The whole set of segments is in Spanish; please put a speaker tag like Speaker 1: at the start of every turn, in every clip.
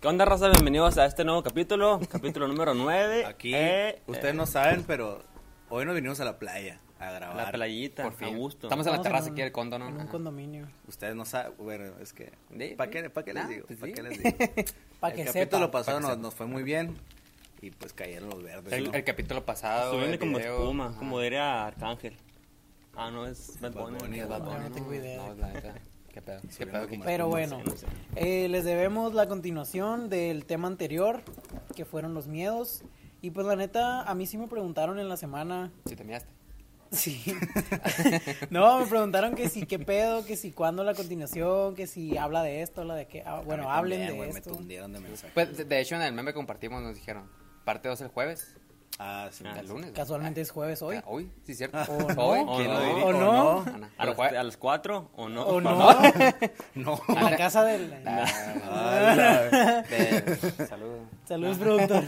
Speaker 1: ¿Qué onda, raza? Bienvenidos a este nuevo capítulo, capítulo número Eh, 9.
Speaker 2: Aquí, ustedes no saben, pero hoy nos vinimos a la playa a grabar.
Speaker 1: La playita,
Speaker 3: Por fin.
Speaker 1: a gusto.
Speaker 3: Estamos en la
Speaker 4: Estamos
Speaker 3: terraza
Speaker 4: un-
Speaker 3: aquí del condo, ¿no?
Speaker 4: En un
Speaker 3: Ajá.
Speaker 4: condominio.
Speaker 2: Ustedes no saben, bueno, es que...
Speaker 3: Sí,
Speaker 2: ¿Para
Speaker 3: sí.
Speaker 2: qué, pa' qué les
Speaker 3: Ah,
Speaker 2: digo?
Speaker 3: pues
Speaker 2: ¿Para
Speaker 3: sí.
Speaker 2: qué les digo?
Speaker 4: Para
Speaker 2: el
Speaker 4: que
Speaker 2: capítulo
Speaker 4: sepa.
Speaker 2: pasado nos, nos fue muy bien y pues cayeron los verdes.
Speaker 3: El,
Speaker 2: ¿no?
Speaker 3: el capítulo pasado.
Speaker 1: Subiendo
Speaker 3: el
Speaker 1: como
Speaker 3: video,
Speaker 1: espuma,
Speaker 3: ajá.
Speaker 1: como diría Arcángel. Ah, no, es Bad
Speaker 2: Bad
Speaker 1: Bunny.
Speaker 2: Bunny, es
Speaker 4: Bad Bunny.
Speaker 3: No,
Speaker 4: no tengo idea.
Speaker 3: No, la neta. ¿Qué pedo? ¿Qué
Speaker 2: Subiendo
Speaker 3: pedo?
Speaker 2: como espuma.
Speaker 3: ¿Qué- qué-
Speaker 4: Pero bueno,
Speaker 1: no sé.
Speaker 4: eh, les debemos la continuación del tema anterior, que fueron los miedos. Y pues la neta, a mí sí me preguntaron en la semana.
Speaker 3: Si te miraste.
Speaker 4: Sí. no, me preguntaron que si qué pedo, que si cuándo la continuación, que si habla de esto, habla de qué. Ah,
Speaker 2: A mí
Speaker 4: bueno,
Speaker 2: también,
Speaker 4: hablen de
Speaker 2: güey, Me
Speaker 4: esto.
Speaker 2: tundieron de mensaje.
Speaker 3: Pues, de- de hecho, en el meme que compartimos nos dijeron, parte 2 el jueves,
Speaker 2: ah, sí.
Speaker 1: Ah,
Speaker 3: el lunes.
Speaker 4: Casualmente es jueves hoy.
Speaker 3: Ah, Hoy, sí, cierto.
Speaker 4: ¿O no?
Speaker 3: Hoy.
Speaker 1: ¿O
Speaker 2: ¿Quién
Speaker 1: no?
Speaker 2: lo diría?
Speaker 4: ¿O no?
Speaker 3: Ana,
Speaker 1: ¿A,
Speaker 3: el
Speaker 1: los
Speaker 3: Ah, jue-
Speaker 1: cua- a las 4 o no?
Speaker 3: Oh,
Speaker 4: ¿O no? A
Speaker 2: No.
Speaker 4: la casa del...
Speaker 3: Ah,
Speaker 2: Ah, la-
Speaker 3: de- Saludos.
Speaker 4: Saludos, productor.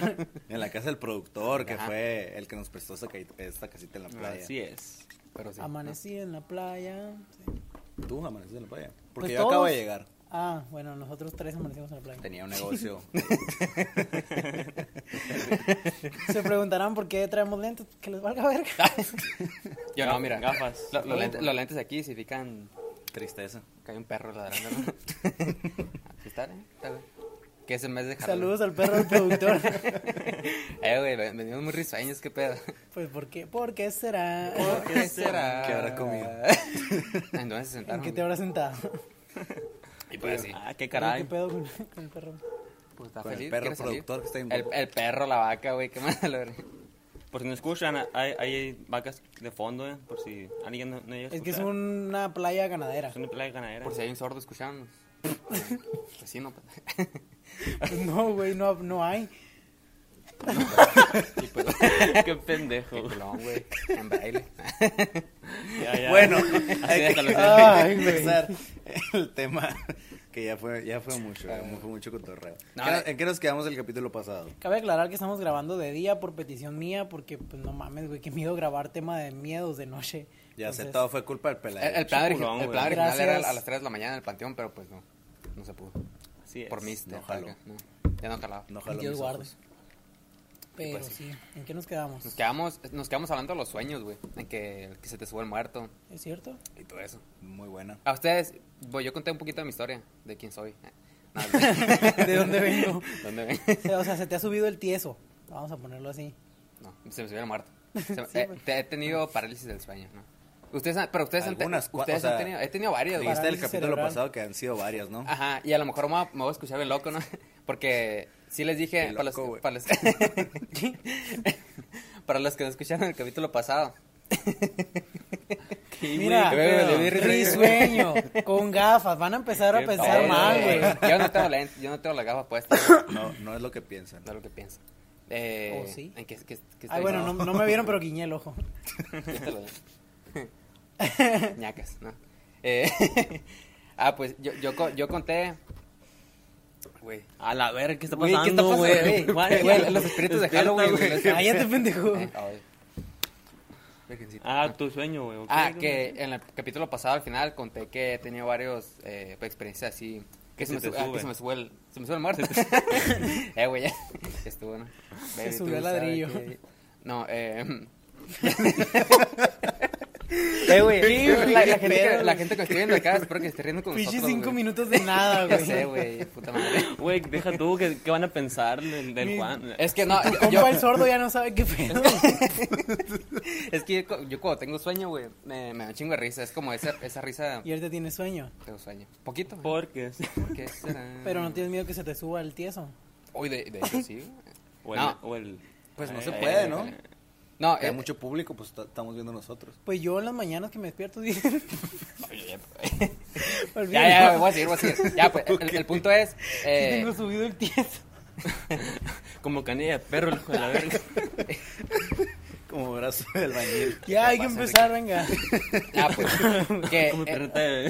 Speaker 2: en la casa del productor, que
Speaker 3: Ajá.
Speaker 2: fue el que nos prestó esta, ca- esta
Speaker 1: Ah,
Speaker 2: casita en la playa.
Speaker 1: Así es.
Speaker 3: Pero sí.
Speaker 4: Amanecí en la playa. Sí.
Speaker 2: Tú amaneciste en la playa. Porque
Speaker 4: Pues
Speaker 2: yo acabo
Speaker 4: todos.
Speaker 2: de llegar.
Speaker 4: Ah, bueno, nosotros tres amanecimos en la playa.
Speaker 2: Tenía un negocio.
Speaker 4: Se preguntarán por qué traemos lentes, que les valga verga.
Speaker 3: Yo no, mira.
Speaker 1: Ah, Gafas.
Speaker 3: Lo- los, lentes, los lentes aquí significan
Speaker 2: Tristeza.
Speaker 3: que hay un perro ladrando. ¿no? Aquí está, ¿eh? Está bien. Que es el mes de Halloween.
Speaker 4: Saludos al perro del productor.
Speaker 3: Eh, güey, ven- venimos muy risueños, qué pedo.
Speaker 4: Pues ¿por qué? ¿Por qué será?
Speaker 3: ¿Qué será?
Speaker 2: ¿Qué habrá comido?
Speaker 3: ¿En dónde se
Speaker 4: ¿En
Speaker 3: sentaron?
Speaker 4: qué te habrás sentado?
Speaker 3: Y pues así.
Speaker 1: Ah, qué
Speaker 4: ¿Qué
Speaker 1: caray.
Speaker 4: pedo con, con el perro?
Speaker 3: Pues está
Speaker 2: Con el
Speaker 3: feliz.
Speaker 2: perro
Speaker 3: ¿quiere salir?
Speaker 2: productor que está en-
Speaker 3: el, el perro, la vaca, güey, qué más lo
Speaker 1: Por si no escuchan, hay, hay vacas de fondo, eh, por si alguien no, no llega a
Speaker 4: Es que es
Speaker 1: escuchar.
Speaker 4: una playa ganadera.
Speaker 1: Es una playa ganadera.
Speaker 3: Por si hay un sordo escuchándonos. Pues sí, no. pues.
Speaker 4: Pues no, güey, no, no hay.
Speaker 3: Y pues,
Speaker 1: qué pendejo.
Speaker 3: qué culón, güey. En baile.
Speaker 1: Ya, ya.
Speaker 2: Bueno,
Speaker 1: Así
Speaker 2: hay que
Speaker 1: déjalo,
Speaker 4: Ay, güey.
Speaker 2: empezar el tema que ya fue, ya fue mucho, ya fue mucho cotorreo.
Speaker 3: No,
Speaker 2: ¿Qué-
Speaker 3: eh.
Speaker 2: ¿En qué nos quedamos el capítulo pasado?
Speaker 4: Cabe aclarar que estamos grabando de día por petición mía, porque pues no mames, güey, qué miedo grabar tema de miedos de noche.
Speaker 2: Ya
Speaker 4: Entonces,
Speaker 2: aceptado fue culpa del
Speaker 3: El,
Speaker 2: pelado.
Speaker 3: el plan, origi-
Speaker 1: Culón,
Speaker 3: el
Speaker 1: güey.
Speaker 3: plan original era
Speaker 4: Gracias.
Speaker 3: a las 3 de la mañana en el panteón, pero pues no. No se pudo.
Speaker 1: Así es.
Speaker 3: Por mí,
Speaker 2: no jaló.
Speaker 3: Ya no jalaba.
Speaker 2: no jaló
Speaker 4: Dios
Speaker 2: mis
Speaker 4: guarde.
Speaker 2: ojos.
Speaker 4: Pero
Speaker 3: pues,
Speaker 4: sí, ¿en qué nos quedamos?
Speaker 3: Nos quedamos, nos quedamos hablando de los sueños, güey. En que, que se te sube el muerto
Speaker 4: ¿Es cierto?
Speaker 3: y todo eso.
Speaker 2: Muy buena.
Speaker 3: A ustedes, voy, yo conté un poquito de mi historia, de quién soy. Eh, No,
Speaker 4: ¿De dónde vengo?
Speaker 3: ¿Dónde ven?
Speaker 4: O sea, se te ha subido el tieso. Vamos a ponerlo así.
Speaker 3: No, se me subió el muerto. Se me- eh, te- he tenido parálisis del sueño, ¿no? Ustedes han- pero ustedes, han, te-
Speaker 2: Algunas, cua-
Speaker 3: ustedes
Speaker 2: o sea,
Speaker 3: han tenido, he tenido varias, güey.
Speaker 2: Dijiste el
Speaker 4: parálisis
Speaker 2: capítulo
Speaker 4: cerebral.
Speaker 2: pasado que han sido varias, ¿no?
Speaker 3: Ajá, y a lo mejor me voy a, me voy a escuchar bien loco, ¿no? Porque sí les dije,
Speaker 2: Qué
Speaker 3: para, los,
Speaker 2: loco, güey.
Speaker 3: para, los, para los que no escucharon el capítulo pasado,
Speaker 4: Mira,
Speaker 3: güey,
Speaker 4: pero
Speaker 3: le di risa.
Speaker 4: risueño, con gafas. Van a empezar a
Speaker 1: Qué
Speaker 4: pensar
Speaker 1: pedo,
Speaker 4: mal,
Speaker 3: Eh,
Speaker 4: güey.
Speaker 3: Yo no tengo la, yo no tengo la gafa puesta,
Speaker 2: No,
Speaker 3: no
Speaker 2: no es lo que piensan.
Speaker 3: es lo que pienso. Eh,
Speaker 4: ¿Oh, sí?
Speaker 3: en que- que- que
Speaker 4: Ay,
Speaker 3: estoy-
Speaker 4: bueno, no, no me vieron, pero guiñé el ojo.
Speaker 3: Ya te lo doy. Ñacas, ¿no? Eh, ah, pues yo, yo, co- yo conté. Güey.
Speaker 1: A la verga, ¿qué está
Speaker 3: Güey, ¿qué
Speaker 1: pasando,
Speaker 3: está
Speaker 1: güey?
Speaker 3: pasando, güey? Güey, los espíritus de Halloween, güey.
Speaker 1: güey.
Speaker 4: Cállate, pendejo.
Speaker 3: Eh, ay. Virgencita.
Speaker 1: Ah, tu sueño, güey. ok,
Speaker 3: Ah,
Speaker 1: güey.
Speaker 3: que en el capítulo pasado al final conté que he tenido varios eh, pues, experiencias así. Que
Speaker 1: se
Speaker 3: se, me
Speaker 1: te
Speaker 3: sube, ah, que
Speaker 1: sube.
Speaker 3: se me sube el, se me sube el muerto. eh, güey, ya, ya estuvo, ¿no?
Speaker 4: Se
Speaker 3: Baby,
Speaker 4: subió
Speaker 3: tú
Speaker 4: el
Speaker 3: sabes
Speaker 4: ladrillo.
Speaker 3: que- No, eh... eh, güey, la, la gente que, la gente que me estoy viendo acá, espero que esté riendo con
Speaker 4: Pinche
Speaker 3: nosotros,
Speaker 4: cinco
Speaker 3: güey.
Speaker 4: minutos de nada,
Speaker 3: Ya sé,
Speaker 4: güey.
Speaker 3: güey, puta madre.
Speaker 1: Güey, deja tú, ¿qué, qué van a pensar del, del
Speaker 4: Mi-
Speaker 1: Juan?
Speaker 3: Es que no, yo-
Speaker 4: Compa
Speaker 3: yo,
Speaker 4: el sordo ya no sabe qué pedo.
Speaker 3: es que yo, cu- yo cuando tengo sueño, güey, me, me da un chingo de risa. Es como esa, esa risa,
Speaker 4: Y ahorita tienes sueño.
Speaker 3: tengo sueño. Poquito, güey.
Speaker 1: Porque...
Speaker 3: ¿Por qué será?
Speaker 4: Pero no tienes miedo que se te suba el tieso.
Speaker 3: Uy, de, de hecho sí.
Speaker 1: O el,
Speaker 3: güey. no,
Speaker 1: o el-
Speaker 2: Pues no
Speaker 1: Ay,
Speaker 2: se
Speaker 1: ay,
Speaker 2: puede,
Speaker 1: ay,
Speaker 2: ¿no?
Speaker 1: ay.
Speaker 3: no,
Speaker 2: Hay
Speaker 3: eh,
Speaker 2: mucho público, pues t- estamos viendo nosotros.
Speaker 4: Pues yo en las mañanas que me despierto. sí.
Speaker 3: Ya,
Speaker 4: Olvídalo.
Speaker 3: ya, ya, voy a seguir, voy a seguir. Ya, pues, el, el punto es, eh,
Speaker 4: Tengo subido el tieso.
Speaker 1: Como canilla de perro, el hijo de la verga.
Speaker 2: Como brazo del bañil.
Speaker 4: Ya hay que
Speaker 3: pasa,
Speaker 4: empezar, venga.
Speaker 3: ah, pues, que,
Speaker 1: Como
Speaker 3: eh,
Speaker 1: perrita de...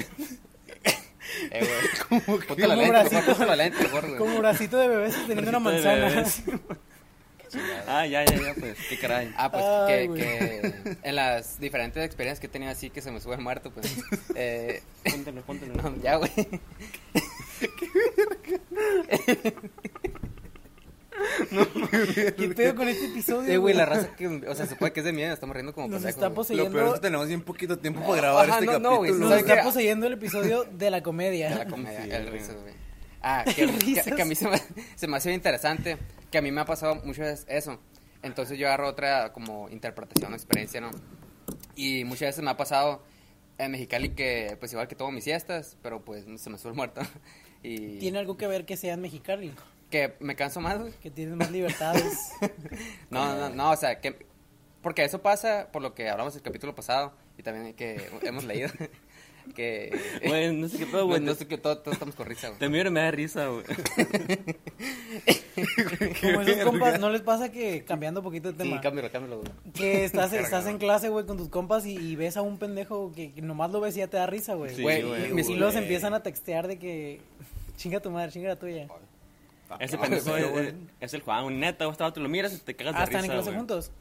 Speaker 3: eh, güey, ponte la
Speaker 4: como
Speaker 3: lente,
Speaker 4: bracito.
Speaker 3: mejor, ponte la lente, mejor, güey.
Speaker 4: Como bracito de bebé sosteniendo una
Speaker 1: Bracito de
Speaker 4: manzana.
Speaker 1: Ah, ya, ya, ya, pues. Qué caray.
Speaker 3: Ah, pues,
Speaker 4: Ay,
Speaker 3: que,
Speaker 4: güey.
Speaker 3: que en las diferentes experiencias que he tenido así que se me sube el muerto, pues, eh,
Speaker 1: Póntelo, póntelo.
Speaker 3: no, ya, güey.
Speaker 4: ¿Qué pedo con este episodio?
Speaker 3: Eh, güey, la raza que, o sea, se puede que es de miedo, estamos riendo como
Speaker 4: Nos
Speaker 3: pendejos,
Speaker 4: está
Speaker 3: güey.
Speaker 2: Lo
Speaker 4: poseyendo.
Speaker 2: peor es que tenemos bien poquito tiempo para grabar
Speaker 3: Ajá,
Speaker 2: este
Speaker 3: no, no,
Speaker 2: capítulo.
Speaker 3: güey,
Speaker 4: Nos
Speaker 3: ¿Sabes
Speaker 4: está
Speaker 3: qué?
Speaker 4: poseyendo el episodio de la comedia.
Speaker 3: De la comedia,
Speaker 2: Sí,
Speaker 3: el
Speaker 2: güey.
Speaker 3: risas, güey. Ah, que,
Speaker 4: El risas.
Speaker 3: que- que a mí se me, se me hace bien interesante, que a mí me ha pasado muchas veces eso. Entonces yo agarro otra como interpretación, experiencia, ¿no? Y muchas veces me ha pasado en Mexicali que, pues igual que tomo mis siestas, pero pues se me sube muerto. Y
Speaker 4: Tiene algo que ver que sea en Mexicali,
Speaker 3: que me canso más, güey.
Speaker 4: que tienes más libertades.
Speaker 3: No, no, no, o sea, que... Porque eso pasa por lo que hablamos el capítulo pasado y también que hemos leído. que...
Speaker 1: Güey, no sé qué pedo, güey.
Speaker 3: no, no sé que todos, todos estamos con risa, güey.
Speaker 1: Te miro y me da risa, güey.
Speaker 4: Como esos compas, ¿no les pasa que cambiando un poquito de
Speaker 3: Sí,
Speaker 4: tema?
Speaker 3: cámbialo, cámbialo, güey.
Speaker 4: que estás, estás en clase, güey, con tus compas y, y ves a un pendejo que que nomás lo ves y ya te da risa, güey.
Speaker 1: Sí,
Speaker 3: Güey,
Speaker 1: güey.
Speaker 4: Y- y
Speaker 2: güey.
Speaker 4: los empiezan a textear de que chinga tu madre, chinga la tuya.
Speaker 1: Ese
Speaker 2: Ah,
Speaker 1: pendejo
Speaker 2: güey,
Speaker 1: es,
Speaker 2: güey.
Speaker 1: es- es el Juan, un neta, vos estabas, tú lo miras y te cagas
Speaker 4: Ah,
Speaker 1: de risa,
Speaker 4: están en clase
Speaker 1: güey.
Speaker 4: juntos.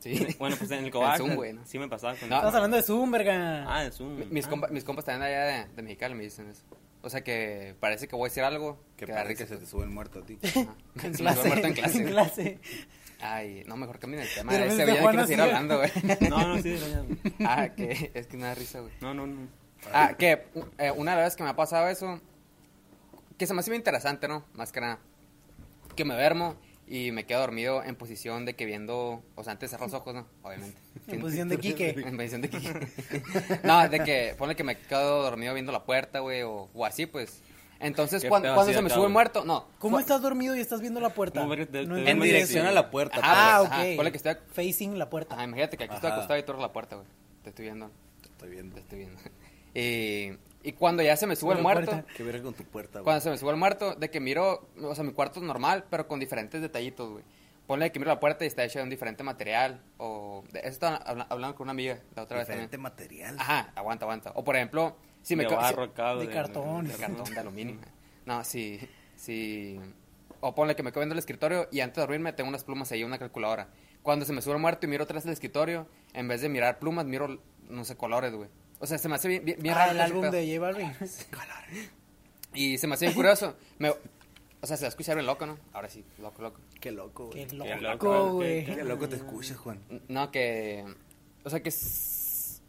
Speaker 3: Sí.
Speaker 1: Bueno, pues en el cobac,
Speaker 3: Zoom, güey, ¿no?
Speaker 1: sí me pasaba con
Speaker 3: No.
Speaker 1: el-
Speaker 4: Estamos hablando de Zoom, verga.
Speaker 1: Ah, en Zoom.
Speaker 3: Mi- Mis,
Speaker 1: Ah.
Speaker 3: compa- mis compas también allá de, de Mexicali me dicen eso. O sea que parece que voy a decir algo.
Speaker 2: Que
Speaker 3: da
Speaker 2: parece que
Speaker 3: risa,
Speaker 2: se te sube el muerto a ti.
Speaker 3: pues. Ajá. Se me sube muerto en clase.
Speaker 4: en clase.
Speaker 3: Ay, no, mejor cambien el tema.
Speaker 4: De
Speaker 3: Ese
Speaker 4: repente
Speaker 3: güey ya no
Speaker 4: Juan
Speaker 3: quiero seguir
Speaker 4: así-
Speaker 3: hablando, güey.
Speaker 1: No, no, sí, no,
Speaker 3: Ah, que es que me da risa, güey.
Speaker 1: no, no, no.
Speaker 3: Ah, que u- eh, una de las veces que me ha pasado eso, que se me hace bien interesante, ¿no? Más que nada, que me duermo y me quedo dormido en posición de que viendo, o sea, antes cerrar los ojos, ¿no? Obviamente.
Speaker 4: En posición de Quique.
Speaker 3: En posición de que- no, de que, ponle que me quedo dormido viendo la puerta, güey, o, o así, pues. Entonces,
Speaker 1: Qué
Speaker 3: cuan-
Speaker 1: pedo
Speaker 3: cuando,
Speaker 1: así
Speaker 3: se me
Speaker 1: acá,
Speaker 3: sube el
Speaker 1: güey.
Speaker 3: muerto, no.
Speaker 4: ¿Cómo
Speaker 3: Cu-
Speaker 4: estás dormido y estás viendo la puerta?
Speaker 1: No, verga, te- te-
Speaker 2: En
Speaker 1: En
Speaker 4: entiendo.
Speaker 2: dirección
Speaker 1: dirección
Speaker 2: a la puerta.
Speaker 3: Ah,
Speaker 4: Ah,
Speaker 3: pues, ajá,
Speaker 4: ok.
Speaker 3: ponle que Ah, estoy-
Speaker 4: Facing la puerta.
Speaker 3: Ajá, imagínate que aquí estoy
Speaker 2: Ajá.
Speaker 3: acostado y tú eres la puerta, güey. Te estoy viendo,
Speaker 2: Estoy viendo.
Speaker 3: te estoy viendo. Y, y cuando ya se me sube
Speaker 4: Sube
Speaker 3: el
Speaker 4: la
Speaker 3: muerto,
Speaker 4: puerta.
Speaker 2: Qué verga con tu puerta, güey.
Speaker 3: Cuando se me sube el muerto, de que miro, o sea, mi cuarto es normal, pero con diferentes detallitos, güey. Ponle que miro la puerta y está hecha de un diferente material, o... de- eso estaba habla- hablando con una amiga la otra
Speaker 2: Diferente
Speaker 3: vez
Speaker 2: material.
Speaker 3: también.
Speaker 4: Ah,
Speaker 3: Ajá, aguanta, aguanta. O, por ejemplo, si me...
Speaker 1: De
Speaker 3: ca- si-
Speaker 1: barro acá,
Speaker 4: de
Speaker 1: güey,
Speaker 4: cartón.
Speaker 3: de cartón, de aluminio. No, sí, sí... O ponle que me quedo viendo el escritorio y antes de dormirme tengo unas plumas ahí, una calculadora. Cuando se me sube el muerto y miro atrás del escritorio, en vez de mirar plumas, miro, no sé, colores, güey. O sea, se me hace bien, bien, bien
Speaker 4: Ah,
Speaker 3: raro
Speaker 4: el
Speaker 3: ese
Speaker 4: álbum
Speaker 3: pedo.
Speaker 4: de J Balvin.
Speaker 3: Y se me hacía bien curioso. Me- o sea, se va a escuchar bien loco, ¿no? Ahora sí, loco, loco.
Speaker 2: Qué loco, güey.
Speaker 4: Qué
Speaker 2: Qué,
Speaker 1: loco,
Speaker 4: loco, güey.
Speaker 1: qué-
Speaker 2: loco te escuchas, Juan.
Speaker 3: No, que. O sea, que. s-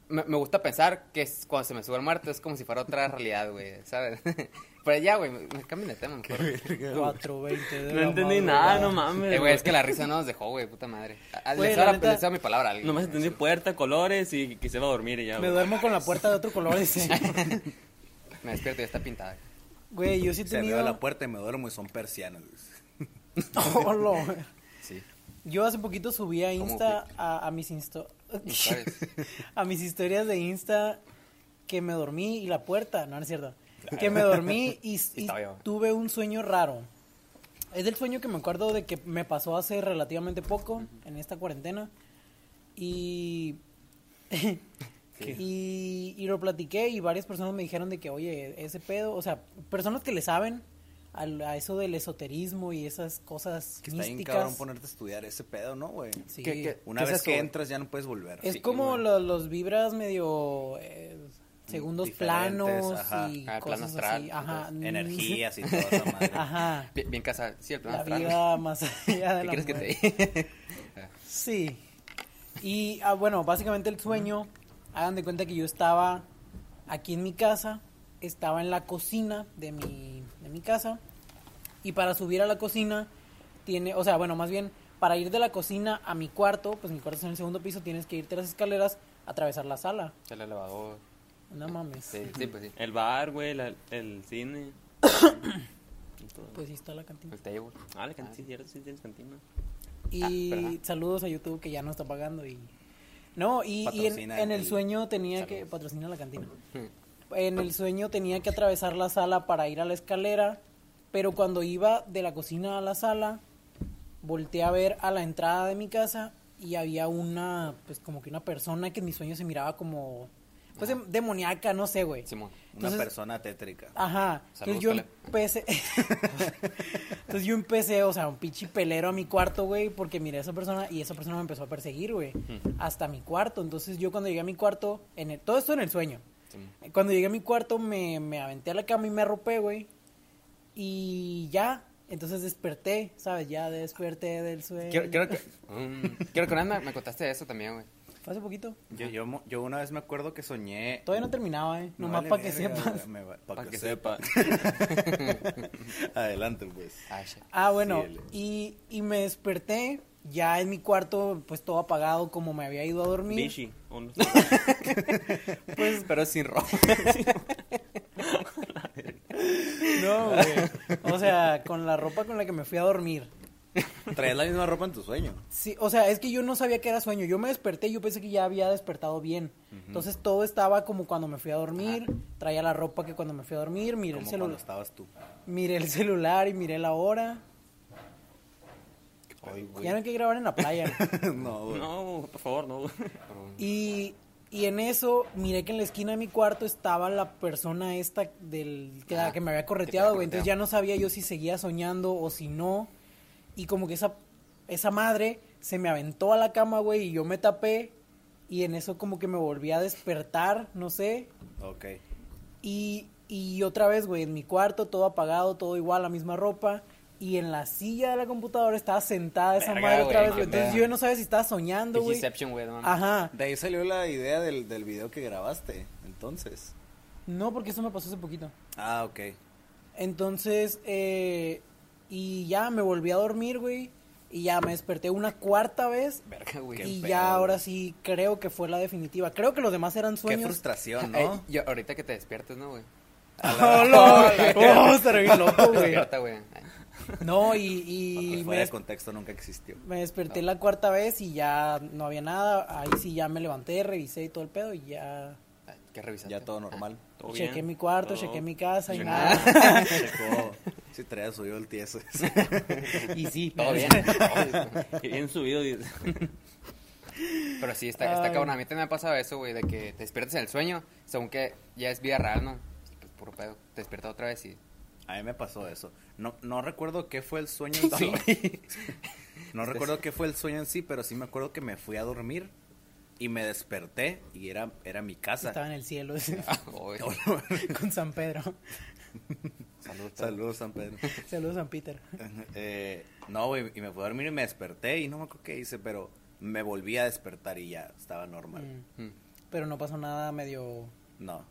Speaker 3: Me, me gusta pensar que es- cuando se me sube el muerto es como si fuera otra realidad, güey, ¿sabes? Pero ya, güey, me, me cambien de tema mejor.
Speaker 2: verga.
Speaker 4: 420 de
Speaker 1: No
Speaker 4: la
Speaker 1: entendí
Speaker 4: madrugada.
Speaker 1: nada, no mames.
Speaker 3: Eh, güey, es que la risa no nos dejó, güey, puta madre. A- a-
Speaker 4: Güey,
Speaker 3: le
Speaker 4: la
Speaker 3: estaba
Speaker 4: neta-
Speaker 3: le estaba mi palabra a alguien.
Speaker 1: Nomás entendí puerta, colores y que se va a dormir y ya.
Speaker 4: Me
Speaker 1: güey.
Speaker 4: duermo con la puerta de otro color. dice.
Speaker 3: Me despierto y ya está pintada.
Speaker 4: Güey, yo sí he
Speaker 2: Se me va
Speaker 4: tenido.
Speaker 2: la puerta y me duermo y son persianos. güey.
Speaker 4: Olo.
Speaker 3: Sí.
Speaker 4: Yo hace poquito subí a
Speaker 3: ¿Cómo
Speaker 4: Insta a, a mis insto-
Speaker 3: ¿Sabes?
Speaker 4: a mis historias de Insta que me dormí y la puerta, no, no es cierto. Que me dormí y, y
Speaker 3: Está bien.
Speaker 4: tuve un sueño raro. Es del sueño que me acuerdo de que me pasó hace relativamente poco en esta cuarentena y y, y lo platiqué y varias personas me dijeron de que, oye, ese pedo, o sea, personas que le saben al- a, eso del esoterismo y esas cosas
Speaker 2: Que está bien
Speaker 4: místicas.
Speaker 2: cabrón ponerte a estudiar ese pedo, ¿no, güey?
Speaker 4: Sí.
Speaker 3: ¿Qué- qué-
Speaker 2: Una
Speaker 3: qué es
Speaker 2: vez
Speaker 3: eso,
Speaker 2: que
Speaker 3: güey?
Speaker 2: entras ya no puedes volver.
Speaker 4: Es
Speaker 3: Sí,
Speaker 4: como
Speaker 3: güey.
Speaker 4: lo- los vibras medio eh, segundos
Speaker 2: Diferentes,
Speaker 4: planos
Speaker 2: ajá.
Speaker 4: y
Speaker 3: Ah, plano
Speaker 4: cosas
Speaker 3: astral,
Speaker 4: así. Ajá.
Speaker 2: Energías y todo esa madre.
Speaker 4: Ajá.
Speaker 3: Bien, bien casada. Sí, el plan
Speaker 4: La
Speaker 3: astral.
Speaker 4: vida más allá de
Speaker 3: ¿Qué
Speaker 4: la
Speaker 3: quieres que te
Speaker 4: muerte.
Speaker 3: diga?
Speaker 4: Sí. Y ah, bueno, básicamente el sueño, hagan de cuenta que yo estaba aquí en mi casa, estaba en la cocina de mi, de mi casa, y para subir a la cocina, tiene, o sea, bueno, más bien, para ir de la cocina a mi cuarto, pues mi cuarto es en el segundo piso, tienes que irte a las escaleras, atravesar la sala.
Speaker 3: El elevador.
Speaker 4: No mames.
Speaker 3: Sí, sí, pues sí.
Speaker 1: El bar, güey, la- el cine.
Speaker 4: Pues sí, está la cantina.
Speaker 3: El table.
Speaker 1: Ah, la cantina, sí, cierto, sí tienes cantina.
Speaker 4: Y
Speaker 3: ¿verdad?
Speaker 4: saludos a YouTube que ya no está pagando y... No, y, y en,
Speaker 2: Patrocina
Speaker 4: en el
Speaker 2: el-
Speaker 4: sueño tenía que...
Speaker 2: Saludos.
Speaker 4: Patrocina la cantina. En el sueño tenía que atravesar la sala para ir a la escalera, pero cuando iba de la cocina a la sala, volteé a ver a la entrada de mi casa y había una, pues como que una persona que en mi sueño se miraba como, pues dem- demoníaca, no sé, güey.
Speaker 3: Simón.
Speaker 2: Una
Speaker 4: Entonces- Ah.
Speaker 2: persona tétrica.
Speaker 4: Ajá.
Speaker 3: Saludos,
Speaker 4: Entonces yo
Speaker 3: Pele.
Speaker 4: empecé. Entonces yo empecé, o sea, un pinche pelero a mi cuarto, güey, porque miré a esa persona y esa persona me empezó a perseguir, güey, hasta mi cuarto. Entonces yo cuando llegué a mi cuarto, en el- todo esto en el sueño.
Speaker 3: Simón.
Speaker 4: Cuando llegué a mi cuarto me, me aventé a la cama y me arropé, güey. Y ya, Entonces desperté, ¿sabes? Ya desperté del sueño.
Speaker 3: Quiero, quiero que, um, quiero que una vez me, me contaste eso también, güey.
Speaker 4: Fue Hace poquito.
Speaker 2: Yo, yo, mo- yo una vez me acuerdo que soñé.
Speaker 4: Todavía no terminaba, ¿eh? Nomás para que sepas.
Speaker 2: Para
Speaker 3: Pa'
Speaker 2: que,
Speaker 3: que
Speaker 2: sepa. Adelante, pues.
Speaker 3: Ay, shit.
Speaker 4: Ah, bueno,
Speaker 2: Sí,
Speaker 4: y, y me desperté ya en mi cuarto, pues todo apagado como me había ido a dormir.
Speaker 1: Bishi. un-
Speaker 3: pero sin ropa.
Speaker 4: No, güey. O sea, con la ropa con la que me fui a dormir.
Speaker 2: Traes la misma ropa en tu sueño.
Speaker 4: Sí, o sea, es que yo no sabía que era sueño. Yo me desperté y yo pensé que ya había despertado bien. Entonces todo estaba como cuando me fui a dormir. Traía la ropa que cuando me fui a dormir. Miré el,
Speaker 2: Como cuando
Speaker 4: celular
Speaker 2: estabas tú.
Speaker 4: miré el celular y miré la hora.
Speaker 2: Ay,
Speaker 4: Ya no hay que grabar en la playa. güey.
Speaker 2: no, güey.
Speaker 1: No, por favor, no.
Speaker 4: Y, y en eso miré que en la esquina de mi cuarto estaba la persona esta del, que, la
Speaker 3: Ajá,
Speaker 4: que me había
Speaker 3: que
Speaker 4: correteado,
Speaker 3: te
Speaker 4: güey.
Speaker 3: había
Speaker 4: Entonces ya no sabía yo si seguía soñando o si no. Y como que esa, esa madre se me aventó a la cama, güey, y yo me tapé. Y en eso como que me volví a despertar, no sé.
Speaker 2: Ok.
Speaker 4: Y, y otra vez, güey, en mi cuarto, todo apagado, todo igual, la misma ropa. Y en la silla de la computadora estaba sentada esa
Speaker 3: Verga,
Speaker 4: madre otra
Speaker 3: güey,
Speaker 4: vez, güey.
Speaker 3: mamá.
Speaker 4: Entonces yo no sabía si estaba soñando, güey.
Speaker 3: Deception, güey, no mames.
Speaker 4: Ajá.
Speaker 2: De ahí salió la idea del, del video que grabaste, entonces.
Speaker 4: No, porque eso me pasó hace poquito.
Speaker 2: Ah, ok.
Speaker 4: Entonces, eh, y ya me volví a dormir, güey. Y ya me desperté una cuarta vez.
Speaker 3: Verga, güey.
Speaker 2: Qué
Speaker 4: y
Speaker 2: pedo,
Speaker 4: ya ahora
Speaker 2: güey.
Speaker 4: sí creo que fue la definitiva. Creo que los demás eran
Speaker 2: Qué
Speaker 4: sueños.
Speaker 2: frustración,
Speaker 3: Ey,
Speaker 2: ¿no?
Speaker 3: eh, yo- ahorita que te despiertes, ¿no, güey?
Speaker 4: ¡Hola! ¡Oh, estaré bien loco, güey!
Speaker 3: Despierta, güey. Ay,
Speaker 4: No, y,
Speaker 2: Porque
Speaker 4: y me,
Speaker 2: fuera de
Speaker 4: des-
Speaker 2: contexto nunca existió.
Speaker 4: me desperté la cuarta vez y ya no había nada. Ahí sí ya me levanté, revisé y todo el pedo y ya
Speaker 3: ay, ¿Qué revisaste?
Speaker 2: Ya todo normal.
Speaker 1: Todo bien,
Speaker 4: chequé mi cuarto,
Speaker 1: todo.
Speaker 4: chequé mi casa y
Speaker 1: Chequé-
Speaker 4: nada.
Speaker 2: Checó si traía suyo el tieso.
Speaker 4: Y sí,
Speaker 3: Ah. Todo bien.
Speaker 1: Qué bien subido. dice.
Speaker 3: Pero sí, está, está
Speaker 4: Ay.
Speaker 3: cabrón. A mí también me ha pasado eso, güey, de que te despiertas en el sueño, según que ya es vida real, ¿no? Pues puro pedo. Te despiertas otra vez y.
Speaker 2: A mí me pasó eso. No, no recuerdo qué fue el sueño en sí. Este No recuerdo qué fue el sueño en sí, pero sí me acuerdo que me fui a dormir y me desperté y era, era mi
Speaker 4: Estaba
Speaker 2: casa.
Speaker 4: en el cielo
Speaker 2: Ah,
Speaker 3: Oy,
Speaker 4: con San Pedro.
Speaker 3: salud, salud.
Speaker 2: Saludos, San Pedro.
Speaker 4: Saludos, San Peter.
Speaker 2: Eh, no, güey, y me fui a dormir y me desperté y no me acuerdo qué hice, pero me volví a despertar y ya estaba normal.
Speaker 4: Mm. Pero no pasó nada medio.
Speaker 2: No,
Speaker 4: ah.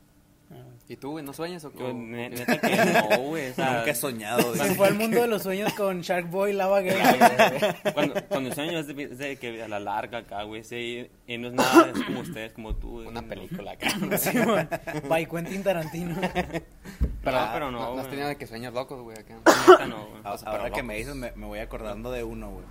Speaker 3: ¿Y tú, güey, no sueñas o qué?
Speaker 1: Yo, ne- neta que no, güey. o sea,
Speaker 2: nunca he soñado.
Speaker 4: Se
Speaker 2: dice.
Speaker 4: fue al mundo de los sueños con Shark Boy Lava Girl.
Speaker 1: Cuando, cuando sueño es de, es de que a la larga acá, güey. Sí, y no es nada, es como ustedes, como tú. güey.
Speaker 3: Una
Speaker 1: No.
Speaker 3: película acá.
Speaker 4: Sí, man. By Quentin Tarantino.
Speaker 1: Pero, Ah, pero no,
Speaker 3: No has
Speaker 1: güey.
Speaker 3: tenido de que sueños locos, güey, acá.
Speaker 1: Neta no, güey.
Speaker 2: A-
Speaker 3: O sea,
Speaker 2: Ahora
Speaker 3: pero
Speaker 2: que
Speaker 3: locos.
Speaker 2: me dices, me, me voy acordando de uno, güey.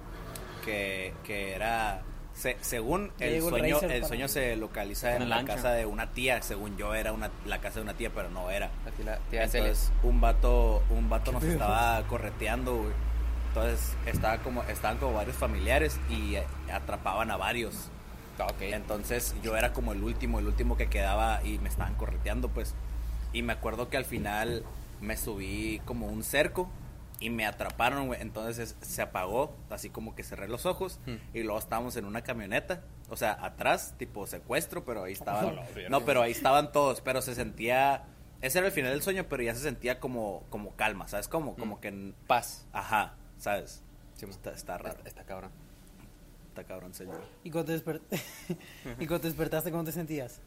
Speaker 2: Que, que era. se- según
Speaker 4: Ya
Speaker 2: el
Speaker 4: llegó el
Speaker 2: sueño,
Speaker 4: Razer
Speaker 2: el
Speaker 4: para-
Speaker 2: sueño se localiza en
Speaker 1: Una
Speaker 2: la
Speaker 1: lancha.
Speaker 2: casa de una tía. Según yo, era una, la casa de una tía, pero no era.
Speaker 3: La tía, tía Celes.
Speaker 2: Entonces, un vato, un vato nos estaba correteando, güey. Entonces, estaba como, estaban como varios familiares y eh, atrapaban a varios.
Speaker 3: Ah, ok.
Speaker 2: Entonces yo era como el último, el último que quedaba y me estaban correteando, pues. Y me acuerdo que al final me subí como un cerco y me atraparon, güey. Entonces se apagó, así como que cerré los ojos
Speaker 3: Hmm.
Speaker 2: y luego estábamos en una camioneta. O sea, atrás, tipo secuestro, pero ahí estaban.
Speaker 3: la verga.
Speaker 2: no, pero ahí estaban todos, pero se sentía. Ese era el final del sueño, pero ya se sentía como, como calma, ¿sabes? Como, como que. en-
Speaker 3: Paz.
Speaker 2: Ajá, ¿sabes?
Speaker 3: Hmm. Sí, man.
Speaker 2: Está, está raro,
Speaker 3: Está, está cabrón.
Speaker 2: está cabrón, señor.
Speaker 4: Y cuando, te desper- y cuando te despertaste, ¿cómo te sentías?